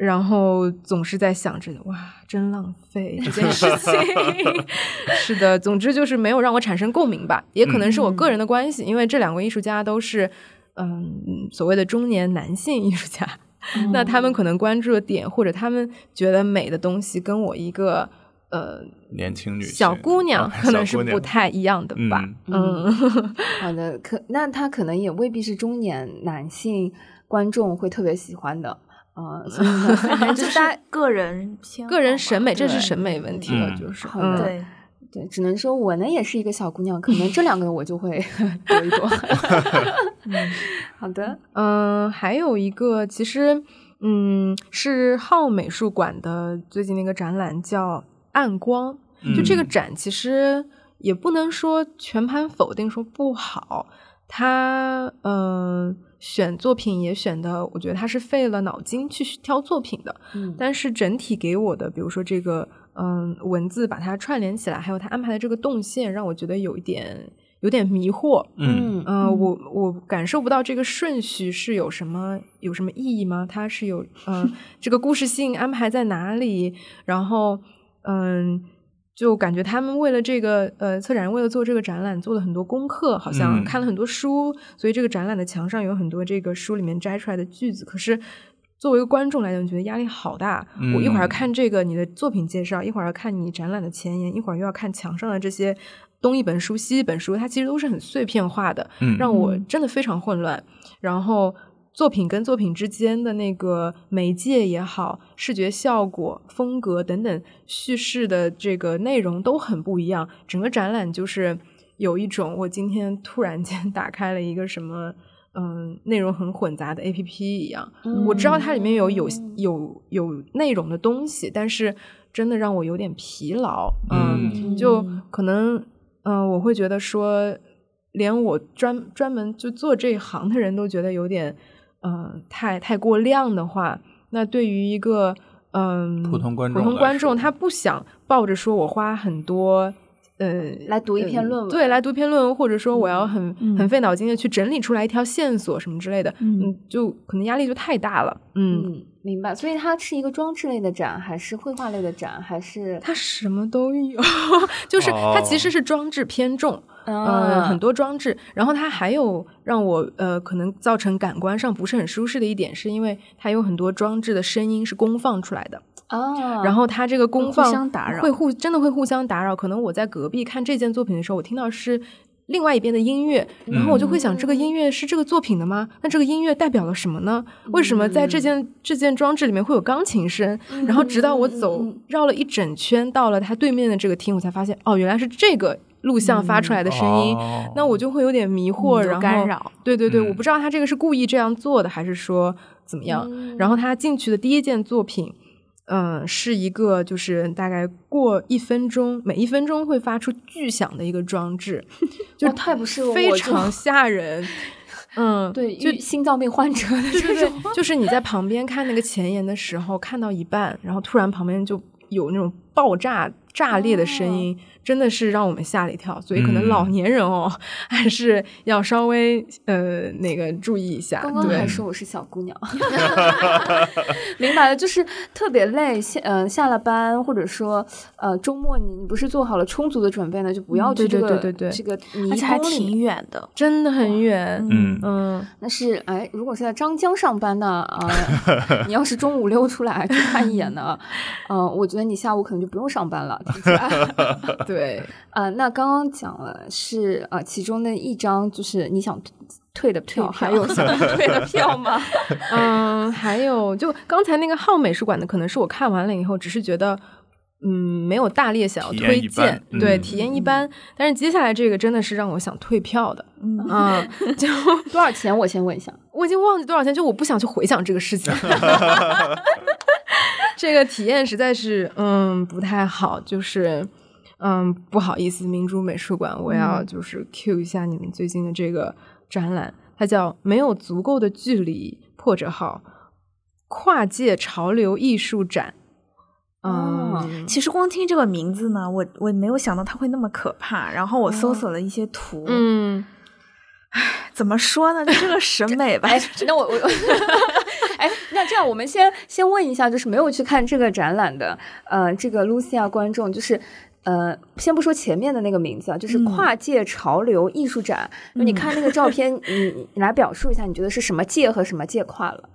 Speaker 5: 然后总是在想着哇，真浪费这件事 情。 是的，总之就是没有让我产生共鸣吧，也可能
Speaker 4: 嗯
Speaker 5: 是我个人的关系，因为这两位艺术家都是嗯所谓的中年男性艺术家，那他
Speaker 4: 哦
Speaker 5: 们可能关注的点或者他们觉得美的东西，跟我一个呃
Speaker 4: 年轻女性
Speaker 5: 小姑娘
Speaker 4: OK，
Speaker 5: 可能
Speaker 4: 小
Speaker 5: 是
Speaker 4: 姑娘
Speaker 5: 不太一样的吧。
Speaker 4: 嗯
Speaker 5: 嗯，
Speaker 2: 好的，可那他可能也未必是中年男性观众会特别喜欢的，呃，所以呢， 反正
Speaker 3: 嗯
Speaker 2: 就
Speaker 3: 就是是
Speaker 2: 大家
Speaker 3: 个人偏好
Speaker 5: 个人
Speaker 3: 吧
Speaker 5: 审美，这是
Speaker 2: 对
Speaker 5: 审美问题了，
Speaker 4: 嗯
Speaker 5: 就是
Speaker 2: 好
Speaker 5: 嗯
Speaker 2: 的
Speaker 3: 对，
Speaker 2: 对，只能说我呢也是一个小姑娘，可能这两个我就会 躲 一躲。 好的，
Speaker 5: 嗯，还有一个其实，嗯，是浩美术馆的最近那个展览叫《暗光》，就这个
Speaker 4: 嗯
Speaker 5: 展其实也不能说全盘否定说不好，他嗯、呃选作品也选的，我觉得他是费了脑筋去挑作品的，
Speaker 2: 嗯
Speaker 5: 但是整体给我的，比如说这个嗯文字把它串联起来，还有他安排的这个动线，让我觉得有一点有点迷惑，
Speaker 4: 嗯
Speaker 5: 嗯、
Speaker 3: 嗯
Speaker 5: 我我感受不到这个顺序是有什么有什么意义吗？它是有 嗯、这个故事性安排在哪里？然后嗯、就感觉他们为了这个呃策展人为了做这个展览做了很多功课，好像
Speaker 4: 嗯
Speaker 5: 看了很多书，所以这个展览的墙上有很多这个书里面摘出来的句子。可是作为一个观众来讲，觉得压力好大。我一会儿
Speaker 4: 嗯
Speaker 5: 看这个你的作品介绍，一会儿要看你展览的前言，一会儿又要看墙上的这些东一本书西一本书，它其实都是很碎片化的。
Speaker 4: 嗯
Speaker 5: 让我真的非常混乱。然后作品跟作品之间的那个媒介也好，视觉效果、风格等等，叙事的这个内容都很不一样。整个展览就是有一种我今天突然间 打开了一个什么。嗯，内容很混杂的 A P P 一样，
Speaker 2: 嗯
Speaker 5: 我知道它里面有有有有内容的东西，但是真的让我有点疲劳。嗯
Speaker 4: 嗯
Speaker 5: 就可能嗯、我会觉得说，连我专专门就做这一行的人都觉得有点，嗯、太太过量的话，那对于一个嗯、
Speaker 4: 普通观众
Speaker 5: 普通
Speaker 4: 来
Speaker 5: 观众
Speaker 4: 说
Speaker 5: 他不想抱着说我花很多。呃，
Speaker 2: 来读一篇
Speaker 5: 嗯
Speaker 2: 论文
Speaker 5: 对，来读篇论文，或者说我要很、
Speaker 3: 嗯
Speaker 5: 很费脑筋的去整理出来一条线索什么之类的，
Speaker 3: 嗯
Speaker 5: 嗯，就可能压力就太大了，嗯，
Speaker 2: 嗯，明白。所以它是一个装置类的展，还是绘画类的展，还是
Speaker 5: 它什么都有， 就是
Speaker 3: 哦
Speaker 5: 它其实是装置偏重，呃，
Speaker 3: 嗯
Speaker 2: 呃
Speaker 5: 很多装置。然后它还有让我呃可能造成感官上不是很舒适的一点，是因为它有很多装置的声音是公放出来的，
Speaker 2: 啊？
Speaker 5: 然后它这个公
Speaker 3: 嗯
Speaker 5: 放
Speaker 3: 互相打扰
Speaker 5: 会互真的会互相打扰。可能我在隔壁看这件作品的时候，我听到是。另外一边的音乐，然后我就
Speaker 2: 嗯
Speaker 5: 会
Speaker 4: 嗯
Speaker 5: 想，这个
Speaker 2: 哦
Speaker 5: 音乐是这个作品的吗？那这个音乐代表了什么呢？为什么在这件这件装置里面会有钢琴声？然后直到我走
Speaker 2: 嗯嗯嗯
Speaker 5: 绕了一整圈，到了它对面的这个厅，我才发现，哦，原来是这个录像发出来的声音。
Speaker 4: 哦
Speaker 5: 那我就会有点迷惑，
Speaker 3: 嗯有
Speaker 5: 然后
Speaker 3: 干扰。
Speaker 5: 对对对，
Speaker 4: 嗯
Speaker 5: 我不知道他这个是故意这样做的，还是说怎么样。
Speaker 2: 嗯
Speaker 5: 然后他进去的第一件作品，嗯、是一个就是大概过一分钟，每一分钟会发出巨响的一个装置，就
Speaker 2: 哇太不适合我
Speaker 5: 非
Speaker 2: 这
Speaker 5: 常
Speaker 2: 种
Speaker 5: 吓人。嗯，
Speaker 2: 对，
Speaker 5: 就
Speaker 2: 就 心脏病患者的
Speaker 5: 对
Speaker 2: 这
Speaker 5: 对
Speaker 2: 种
Speaker 5: 对，就是你在旁边看那个前沿的时候，看到一半，然后突然旁边就有那种爆炸、炸裂的
Speaker 2: 哦
Speaker 5: 声音，真的是让我们吓了一跳。所以可能
Speaker 4: 嗯
Speaker 5: 老年人哦，还是要稍微呃那个注意一下。
Speaker 2: 刚刚还
Speaker 5: 对，
Speaker 2: 说我是小姑娘， 明白了，就是特别累，下呃下了班或者说呃周末你你不是做好了充足的准备呢，就不要
Speaker 5: 嗯
Speaker 2: 去
Speaker 5: 对
Speaker 2: 这
Speaker 5: 对
Speaker 2: 个、
Speaker 5: 对对对
Speaker 2: 这个
Speaker 3: 而
Speaker 2: 迷
Speaker 3: 且还
Speaker 2: 宫里
Speaker 3: 挺
Speaker 2: 面。
Speaker 3: 远的，
Speaker 5: 真的很远。
Speaker 4: 嗯
Speaker 5: 嗯，
Speaker 2: 那是哎，如果是在张江上班呢， 呃，你要是中午溜出来去看一眼呢，呃，我觉得你下午可能就不用上班了，听 起来。
Speaker 5: 对，
Speaker 2: 啊、那刚刚讲了是呃，其中的一张就是你想退的票，
Speaker 5: 票
Speaker 2: 还有想退的票 吗？
Speaker 5: 嗯，还有就刚才那个浩美术馆的，可能是我看完了以后，只是觉得。嗯，没有大力想要
Speaker 4: 体验
Speaker 5: 推
Speaker 4: 一般
Speaker 5: 荐，对，
Speaker 4: 嗯
Speaker 5: 体验一般。但是接下来这个真的是让我想退票的，
Speaker 3: 嗯，
Speaker 5: 嗯，就
Speaker 2: 多少钱？我先问一下。
Speaker 5: 我已经忘记多少钱，就我不想去回想这个事情。 这个体验实在是，嗯，不太好，就是，嗯，不好意思，明珠美术馆，我
Speaker 3: 嗯
Speaker 5: 要就是 cue 一下你们最近的这个展览，它叫《没有足够的距离》，破折号，跨界潮流艺术展。
Speaker 2: 哦
Speaker 5: 嗯，
Speaker 3: 其实光听这个名字呢，我我没有想到它会那么可怕。然后我搜索了一些图，，
Speaker 5: 嗯，
Speaker 3: 怎么说呢？就这个审美吧，
Speaker 2: 哎，那我我，哎，那这样我们先先问一下，就是没有去看这个展览的，呃，这个 Lucia 观众，就是呃，先不说前面的那个名字啊，就是
Speaker 3: 嗯
Speaker 2: 跨界潮流艺术展。就你
Speaker 3: 嗯
Speaker 2: 看那个照片，你你来表述一下，你觉得是什么界和什么界跨了？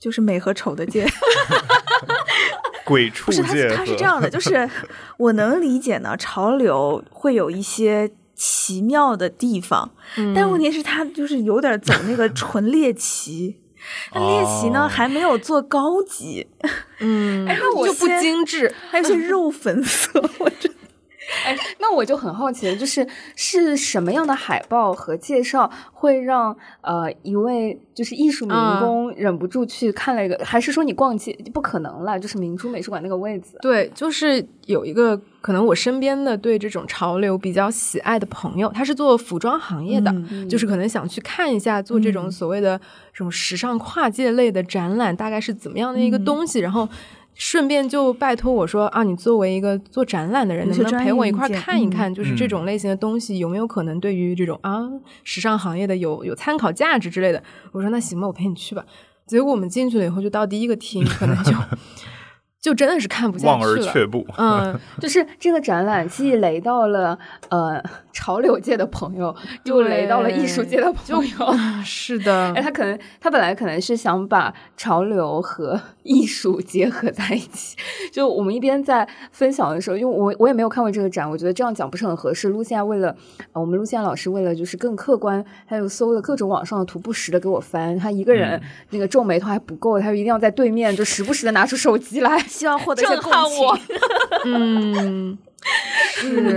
Speaker 3: 就是美和丑的界。
Speaker 4: 鬼畜
Speaker 3: 不是，它
Speaker 4: 界
Speaker 3: 是它是
Speaker 4: 和
Speaker 3: 这样的，就是我能理解呢，潮流会有一些奇妙的地方，
Speaker 5: 嗯
Speaker 3: 但问题是它就是有点走那个纯猎奇。那猎奇呢，
Speaker 4: 哦
Speaker 3: 还没有做高级，
Speaker 5: 嗯，
Speaker 3: 哎那我
Speaker 5: 就不
Speaker 3: 先
Speaker 5: 精致，
Speaker 3: 还有一些肉粉色，我真的
Speaker 2: 哎，那我就很好奇了，就是是什么样的海报和介绍会让呃一位就是艺术民
Speaker 5: 嗯
Speaker 2: 工忍不住去看了一个，还是说你逛街不可能了？就是明珠美术馆那个位
Speaker 3: 啊
Speaker 2: 子，
Speaker 5: 对，就是有一个可能我身边的对这种潮流比较喜爱的朋友，他是做服装行业的，
Speaker 3: 嗯
Speaker 5: 就是可能想去看一下做这种
Speaker 3: 嗯
Speaker 5: 所谓的这种时尚跨界类的展览大概是怎么样的一个
Speaker 3: 嗯
Speaker 5: 东西，然后。顺便就拜托我说啊，你作为一个做展览的
Speaker 3: 有
Speaker 5: 人，能
Speaker 3: 些
Speaker 5: 不能
Speaker 3: 专
Speaker 5: 陪我
Speaker 3: 业
Speaker 5: 一块儿
Speaker 3: 意见
Speaker 5: 看一
Speaker 3: 嗯
Speaker 5: 看，就是这
Speaker 4: 嗯
Speaker 5: 种类型的东西有没有可能对于这种啊时尚行业的有有参考价值之类的？我说那行吧，我陪你去吧。结果我们进去了以后，就到第一个厅，可能就 就真的是看不下
Speaker 4: 望
Speaker 5: 去
Speaker 4: 而
Speaker 5: 了。
Speaker 4: 却步。
Speaker 5: 嗯，
Speaker 2: 就是这个展览既雷到了呃潮流界的朋友，又雷到了艺术界的朋友。
Speaker 5: 是的
Speaker 2: 哎，，他可能他本来可能是想把潮流和艺术结合在一起。就我们一边在分享的时候，因为我我也没有看过这个展，我觉得这样讲不是很合适。露西亚为了、呃我们露西亚老师为了就是更客观，他又搜了各种网上的图，不时的给我翻。他一个
Speaker 3: 嗯
Speaker 2: 人、那个皱眉头还不够，他就一定要在对面就时不时的拿出手机来
Speaker 3: 希望获得一些
Speaker 2: 震
Speaker 3: 共
Speaker 2: 撼
Speaker 3: 情。
Speaker 2: 我。
Speaker 5: 嗯，是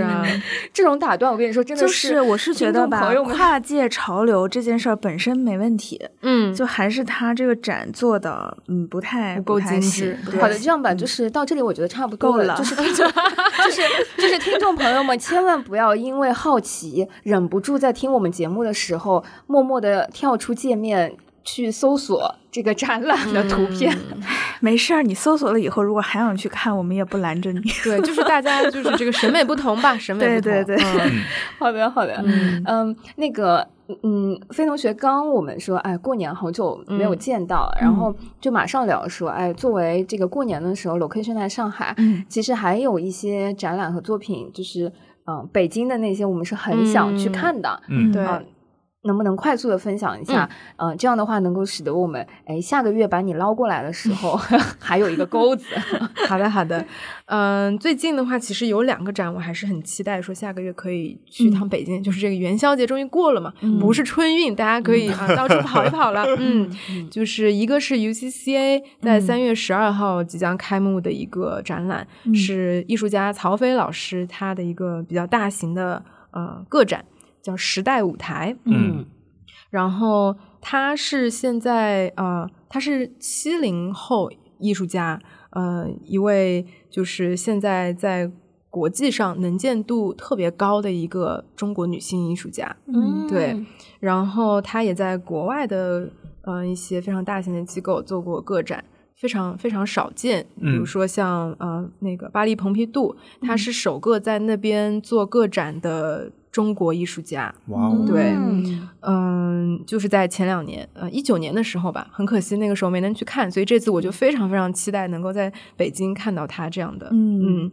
Speaker 5: 啊，
Speaker 2: 这种打断，我跟你说，真的
Speaker 3: 就是我是觉
Speaker 2: 听
Speaker 3: 得
Speaker 2: 众
Speaker 3: 吧
Speaker 2: 朋友，们
Speaker 3: 跨界潮流这件事儿本身没问题，
Speaker 5: 嗯，
Speaker 3: 就还是他这个展做的，嗯，不太
Speaker 5: 不够
Speaker 3: 太
Speaker 5: 精
Speaker 3: 行
Speaker 5: 致
Speaker 3: 不
Speaker 5: 对
Speaker 3: 太
Speaker 2: 好的，
Speaker 3: 行
Speaker 2: 这样吧，就是到这里，我觉得差不多
Speaker 3: 嗯 够
Speaker 2: 了，
Speaker 3: 了
Speaker 2: 就是就是就是就是听众朋友们，千万不要因为好奇，忍不住在听我们节目的时候，默默的跳出界面去搜索这个展览的
Speaker 3: 嗯
Speaker 2: 图片。
Speaker 3: 没事儿，你搜索了以后，如果还想去看，我们也不拦着你。
Speaker 5: 对，就是大家就是这个审美不同吧，审美不同。
Speaker 3: 对对对
Speaker 5: 嗯
Speaker 2: 好的，好的。
Speaker 5: 嗯
Speaker 2: 嗯，那个，嗯，飞同学，刚刚我们说，哎，过年好久没有
Speaker 5: 嗯
Speaker 2: 见到，然后就马上聊说，哎，作为这个过年的时候，location 在上海，
Speaker 3: 嗯
Speaker 2: 其实还有一些展览和作品，就是嗯、呃北京的那些，我们是很想去
Speaker 5: 嗯
Speaker 2: 看的。
Speaker 4: 嗯
Speaker 5: 对
Speaker 2: 啊能不能快速的分享一下？嗯、呃，这样的话能够使得我们，哎，下个月把你捞过来的时候，
Speaker 5: 嗯
Speaker 2: 还有一个钩 子。
Speaker 5: 好的，好的。嗯，最近的话，其实有两个展，我还是很期待，说下个月可以去一趟北京。就是这个元宵节终于过了嘛，
Speaker 3: 嗯
Speaker 5: 不是春运，大家可以啊到处跑一 跑了。嗯，就是一个是 UCCA 在
Speaker 3: 嗯
Speaker 5: 三月十二号即将开幕的一个展览，
Speaker 3: 嗯
Speaker 5: 是艺术家曹飞老师他的一个比较大型的呃个展，叫《时代舞台》。
Speaker 4: 嗯
Speaker 5: 然后他是现在呃，他是七零后艺术家，呃，一位就是现在在国际上能见度特别高的一个中国女性艺术家。
Speaker 3: 嗯
Speaker 5: 对，然后他也在国外的呃一些非常大型的机构做过个展，非常非常少见。比如
Speaker 4: 嗯
Speaker 5: 说像呃那个巴黎蓬皮杜，他是首个在那边做个展的中国艺术家。
Speaker 4: 哇哦，
Speaker 5: 对
Speaker 3: 嗯
Speaker 5: 嗯，就是在前两年，呃，一九年的时候吧，很可惜那个时候没能去看，所以这次我就非常非常期待能够在北京看到他这样的，
Speaker 3: 嗯
Speaker 5: 嗯，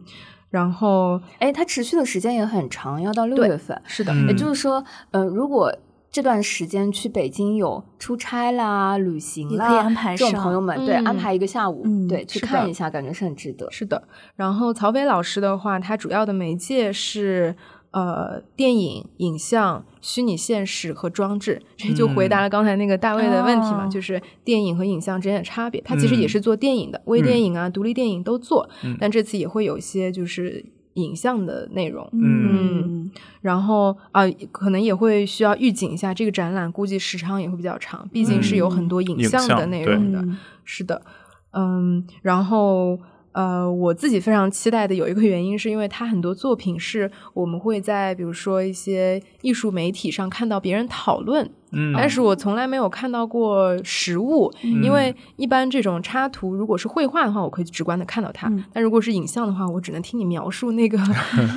Speaker 5: 然后
Speaker 2: 哎，它持续的时间也很长，要到六
Speaker 5: 对
Speaker 2: 月份。
Speaker 5: 是的，
Speaker 4: 嗯
Speaker 2: 也就是说，呃，如果这段时间去北京有出差啦、旅行
Speaker 3: 也
Speaker 2: 啦，
Speaker 3: 可以安排
Speaker 2: 这种
Speaker 3: 上
Speaker 2: 朋友们，对，
Speaker 5: 嗯
Speaker 2: 安排一个下午，
Speaker 3: 嗯
Speaker 2: 对，去
Speaker 5: 是的
Speaker 2: 看一下，感觉是很值得。
Speaker 5: 是的。然后曹斐老师的话，他主要的媒介是呃电影、影像、虚拟现实和装置，这就回
Speaker 4: 嗯
Speaker 5: 答了刚才那个大卫的问题嘛，
Speaker 3: 哦
Speaker 5: 就是电影和影像之间的差别。他其实也是做电影的，微电影啊、独立电影都做，
Speaker 4: 嗯
Speaker 5: 但这次也会有一些就是影像的内容。
Speaker 4: 嗯
Speaker 3: 嗯
Speaker 5: 然后啊、可能也会需要预警一下，这个展览估计时长也会比较长，毕竟是有很多影
Speaker 4: 嗯影
Speaker 5: 像的
Speaker 4: 像
Speaker 5: 内
Speaker 4: 对
Speaker 2: 嗯
Speaker 3: 嗯
Speaker 5: 容的。是的，嗯，然后呃，我自己非常期待的有一个原因，是因为他很多作品是我们会在比如说一些艺术媒体上看到别人讨论，
Speaker 4: 嗯，
Speaker 5: 但是我从来没有看到过实物，
Speaker 2: 嗯
Speaker 5: 因为
Speaker 4: 嗯
Speaker 5: 一般这种插图如果是绘画的话，我可以直观的看到它，
Speaker 3: 嗯
Speaker 5: 但如果是影像的话，我只能听你描述那 个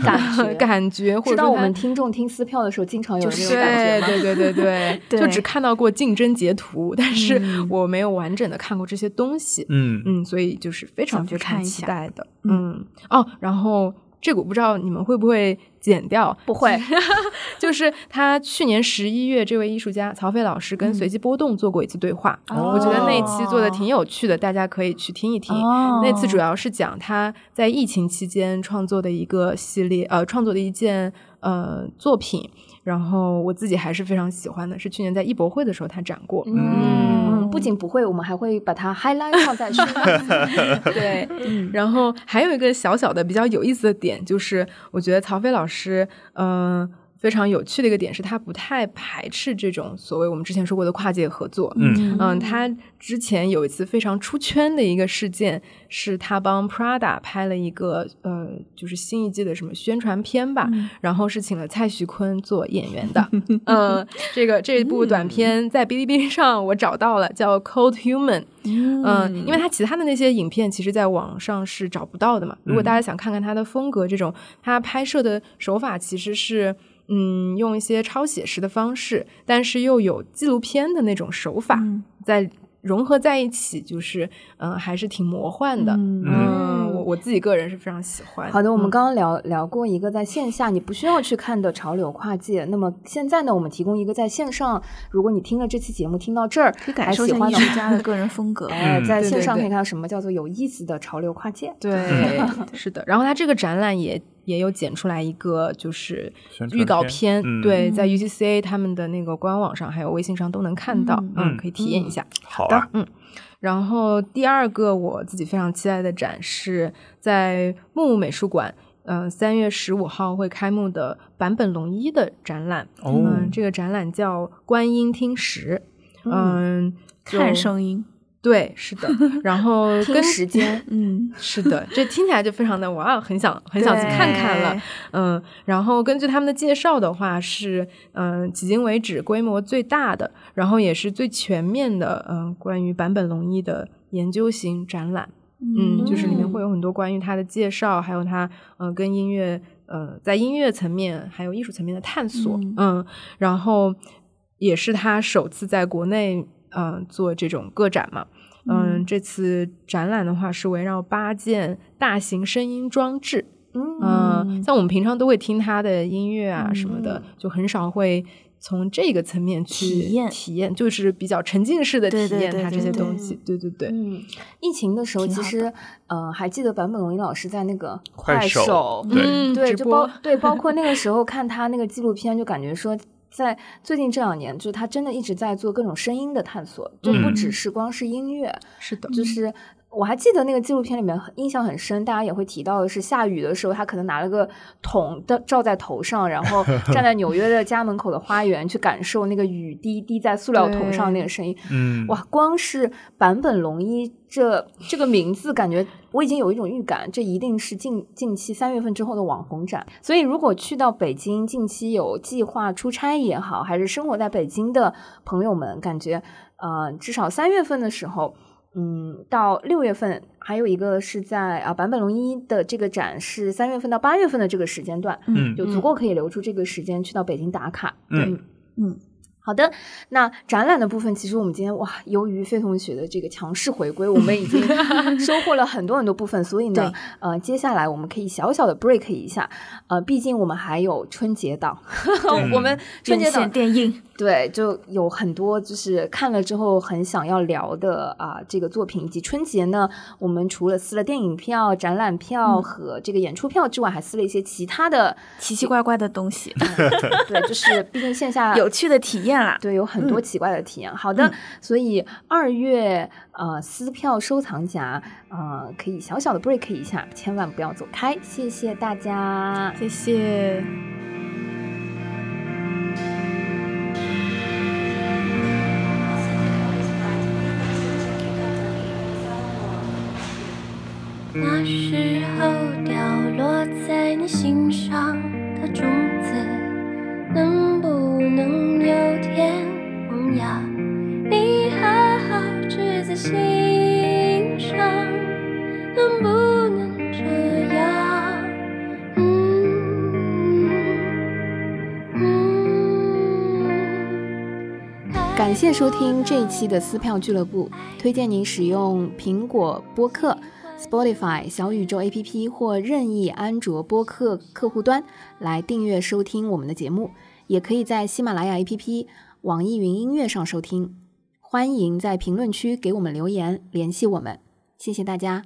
Speaker 2: 感觉
Speaker 5: 感觉，
Speaker 2: 知
Speaker 5: 或者
Speaker 2: 道
Speaker 5: 说
Speaker 2: 我
Speaker 5: 它
Speaker 2: 们听众听撕票的时候，经常有
Speaker 5: 就
Speaker 2: 这
Speaker 5: 是
Speaker 2: 种感觉吗？
Speaker 5: 对对对对
Speaker 3: 对
Speaker 5: 就只看到过竞争截图，但是
Speaker 3: 嗯
Speaker 5: 我没有完整的看过这些东西。
Speaker 4: 嗯
Speaker 5: 嗯，所以就是非常
Speaker 3: 想去
Speaker 5: 非常
Speaker 3: 看一
Speaker 5: 期
Speaker 3: 下
Speaker 5: 待的。
Speaker 3: 嗯
Speaker 5: 嗯，哦，然后这个我不知道你们会不会剪掉，
Speaker 2: 不会，
Speaker 5: 就是他去年十一月，这位艺术家曹斐老师跟随机波动做过一次对话，
Speaker 4: 哦
Speaker 5: 我觉得那一期做的挺有趣的，大家可以去听一听。
Speaker 3: 哦
Speaker 5: 那次主要是讲他在疫情期间创作的一个系列，呃，创作的一件呃作品。然后我自己还是非常喜欢的，是去年在艺博会的时候他展过。
Speaker 2: 嗯，
Speaker 3: 嗯
Speaker 2: 不仅不会，我们还会把它 highlight 放在 show notes 里对，嗯
Speaker 5: 然后还有一个小小的比较有意思的点，就是我觉得曹飞老师，嗯、非常有趣的一个点是，他不太排斥这种所谓我们之前说过的跨界合作。
Speaker 4: 嗯
Speaker 3: 啊
Speaker 5: 嗯，他之前有一次非常出圈的一个事件，是他帮 Prada 拍了一个呃，就是新一季的什么宣传片吧，
Speaker 3: 嗯
Speaker 5: 然后是请了蔡徐坤做演员的。嗯，这个这部短片在哔哩哔哩上我找到了，叫《Cold Human》。嗯，因为他其他的那些影片，其实在网上是找不到的嘛。如果大家想看看他的风格，这种他拍摄的手法其实是。嗯，用一些超写实的方式，但是又有纪录片的那种手法，
Speaker 3: 嗯
Speaker 5: 在融合在一起，就是嗯、呃还是挺魔幻的。
Speaker 3: 嗯
Speaker 5: 嗯我我自己个人是非常喜欢。
Speaker 2: 好的，我们
Speaker 5: 嗯
Speaker 2: 刚刚聊聊过一个在线下你不需要去看的潮流跨界。那么现在呢，我们提供一个在线上，如果你听了这期节目听到这儿，
Speaker 3: 可以
Speaker 2: 还
Speaker 3: 感受一
Speaker 2: 喜
Speaker 3: 下
Speaker 2: 欢
Speaker 3: 艺
Speaker 2: 的
Speaker 3: 术
Speaker 2: 话，
Speaker 3: 家的个人风格。
Speaker 2: 哎，
Speaker 4: 嗯
Speaker 2: 在
Speaker 5: 对
Speaker 2: 线
Speaker 5: 对
Speaker 2: 上可
Speaker 5: 对
Speaker 2: 以看到什么叫做有意思的潮流跨界。
Speaker 4: 嗯
Speaker 2: 嗯
Speaker 5: 对， 是的。然后他这个展览也也有剪出来一个就是
Speaker 4: 宣传
Speaker 5: 预告
Speaker 4: 片
Speaker 5: 片，
Speaker 4: 嗯
Speaker 5: 对，
Speaker 3: 嗯
Speaker 5: 在 UGCA 他们的那个官网上还有微信上都能看到，
Speaker 3: 嗯
Speaker 5: 嗯，
Speaker 4: 嗯
Speaker 5: 可以体验一下。嗯
Speaker 4: 好啊，
Speaker 5: 然后第二个我自己非常期待的展是在木木美术馆，呃，三月十五号会开幕的坂本龙一的展览。
Speaker 4: 哦
Speaker 5: 嗯嗯，这个展览叫《观音听石》。
Speaker 2: 嗯
Speaker 5: 嗯，就
Speaker 3: 看声音，
Speaker 5: 对，是的，然后
Speaker 2: 跟
Speaker 5: 跟
Speaker 2: 时 间，
Speaker 3: 嗯，
Speaker 5: 是的，这听起来就非常的哇，很想很想去看看了
Speaker 3: 对。
Speaker 5: 嗯，然后根据他们的介绍的话，是嗯，迄今为止规模最大的，然后也是最全面的，嗯，关于坂本龙一的研究型展览。嗯，就是里面会有很多关于他的介绍，还有他嗯、呃跟音乐呃在音乐层面还有艺术层面的探索，
Speaker 3: 嗯
Speaker 5: 嗯然后也是他首次在国内嗯、呃做这种个展嘛，嗯，
Speaker 3: 嗯
Speaker 5: 这次展览的话是围绕八件大型声音装置，
Speaker 2: 嗯
Speaker 5: 嗯，像我们平常都会听他的音乐啊什么的
Speaker 2: 嗯，
Speaker 5: 就很少会从这个层面去
Speaker 3: 体验
Speaker 5: 体验，就是比较沉浸式的
Speaker 3: 对
Speaker 5: 体
Speaker 3: 对
Speaker 5: 验
Speaker 3: 对
Speaker 5: 它这
Speaker 3: 对
Speaker 5: 些
Speaker 2: 对
Speaker 5: 东西，对对对。
Speaker 2: 嗯，疫情的时候，
Speaker 3: 挺
Speaker 2: 其
Speaker 3: 好
Speaker 2: 实呃，还记得坂本龙一老师在那个
Speaker 4: 快手
Speaker 2: 手，
Speaker 4: 对
Speaker 5: 嗯
Speaker 2: 对，
Speaker 5: 直
Speaker 2: 就
Speaker 5: 播
Speaker 2: 包对，包括那个时 候看他那个纪录片，就感觉说。在最近这两年，就他真的一直在做各种声音的探索，就不
Speaker 4: 嗯
Speaker 2: 只是光是音乐，
Speaker 5: 是的，
Speaker 2: 就是我还记得那个纪录片里面很印象很深，大家也会提到的是下雨的时候，他可能拿了个桶的罩在头上，然后站在纽约的家门口的花园去感受那个雨滴滴在塑料桶 上那个声音，
Speaker 4: 嗯，
Speaker 2: 哇，光是坂本龙一这这个名字，感觉我已经有一种预感，这一定是近近期三月份之后的网红展。所以，如果去到北京，近期有计划出差也好，还是生活在北京的朋友们，感觉呃，至少三月份的时候，嗯，到六月份，还有一个是在啊坂本龙一的这个展是三月份到八月份的这个时间段，
Speaker 4: 嗯
Speaker 2: 有足够可以留出这个时间去到北京打卡。
Speaker 4: 嗯
Speaker 2: 对
Speaker 3: 嗯，
Speaker 2: 好的。那展览的部分，其实我们今天哇，由于费同学的这个强势回归，我们已 经收获了很多很多部分，所以呢，呃，接下来我们可以小小的 break 一下，呃，毕竟我们还有春节档， 我
Speaker 4: 嗯
Speaker 2: 们春
Speaker 3: 院
Speaker 2: 节
Speaker 3: 线
Speaker 2: 档
Speaker 3: 电影，
Speaker 2: 对，就有很多就是看了之后很想要聊的啊、这个作品，以及春节呢，我们除了撕了电影票、展览票
Speaker 3: 嗯
Speaker 2: 和这个演出票之外，还撕了一些其他的，
Speaker 3: 奇奇怪怪的东 西，
Speaker 2: 对，就是毕竟线下
Speaker 3: 有趣的体验啦。
Speaker 2: 对，有很多
Speaker 3: 嗯
Speaker 2: 奇怪的体验。好的，
Speaker 3: 嗯
Speaker 2: 所以二月呃撕票收藏夹呃可以小小的 break 一下，千万不要走开，谢谢大家。
Speaker 5: 谢谢。
Speaker 6: 那时候掉落在你心上的种子，能不能有天萌芽？你好好只在心上，能不能这样？嗯嗯，
Speaker 2: 感谢收听这一期的撕票俱乐部，推荐您使用苹果播客、Spotify、小宇宙 APP 或任意安卓播客客户端来订阅收听我们的节目，也可以在喜马拉雅 APP、网易云音乐上收听。欢迎在评论区给我们留言，联系我们，谢谢大家。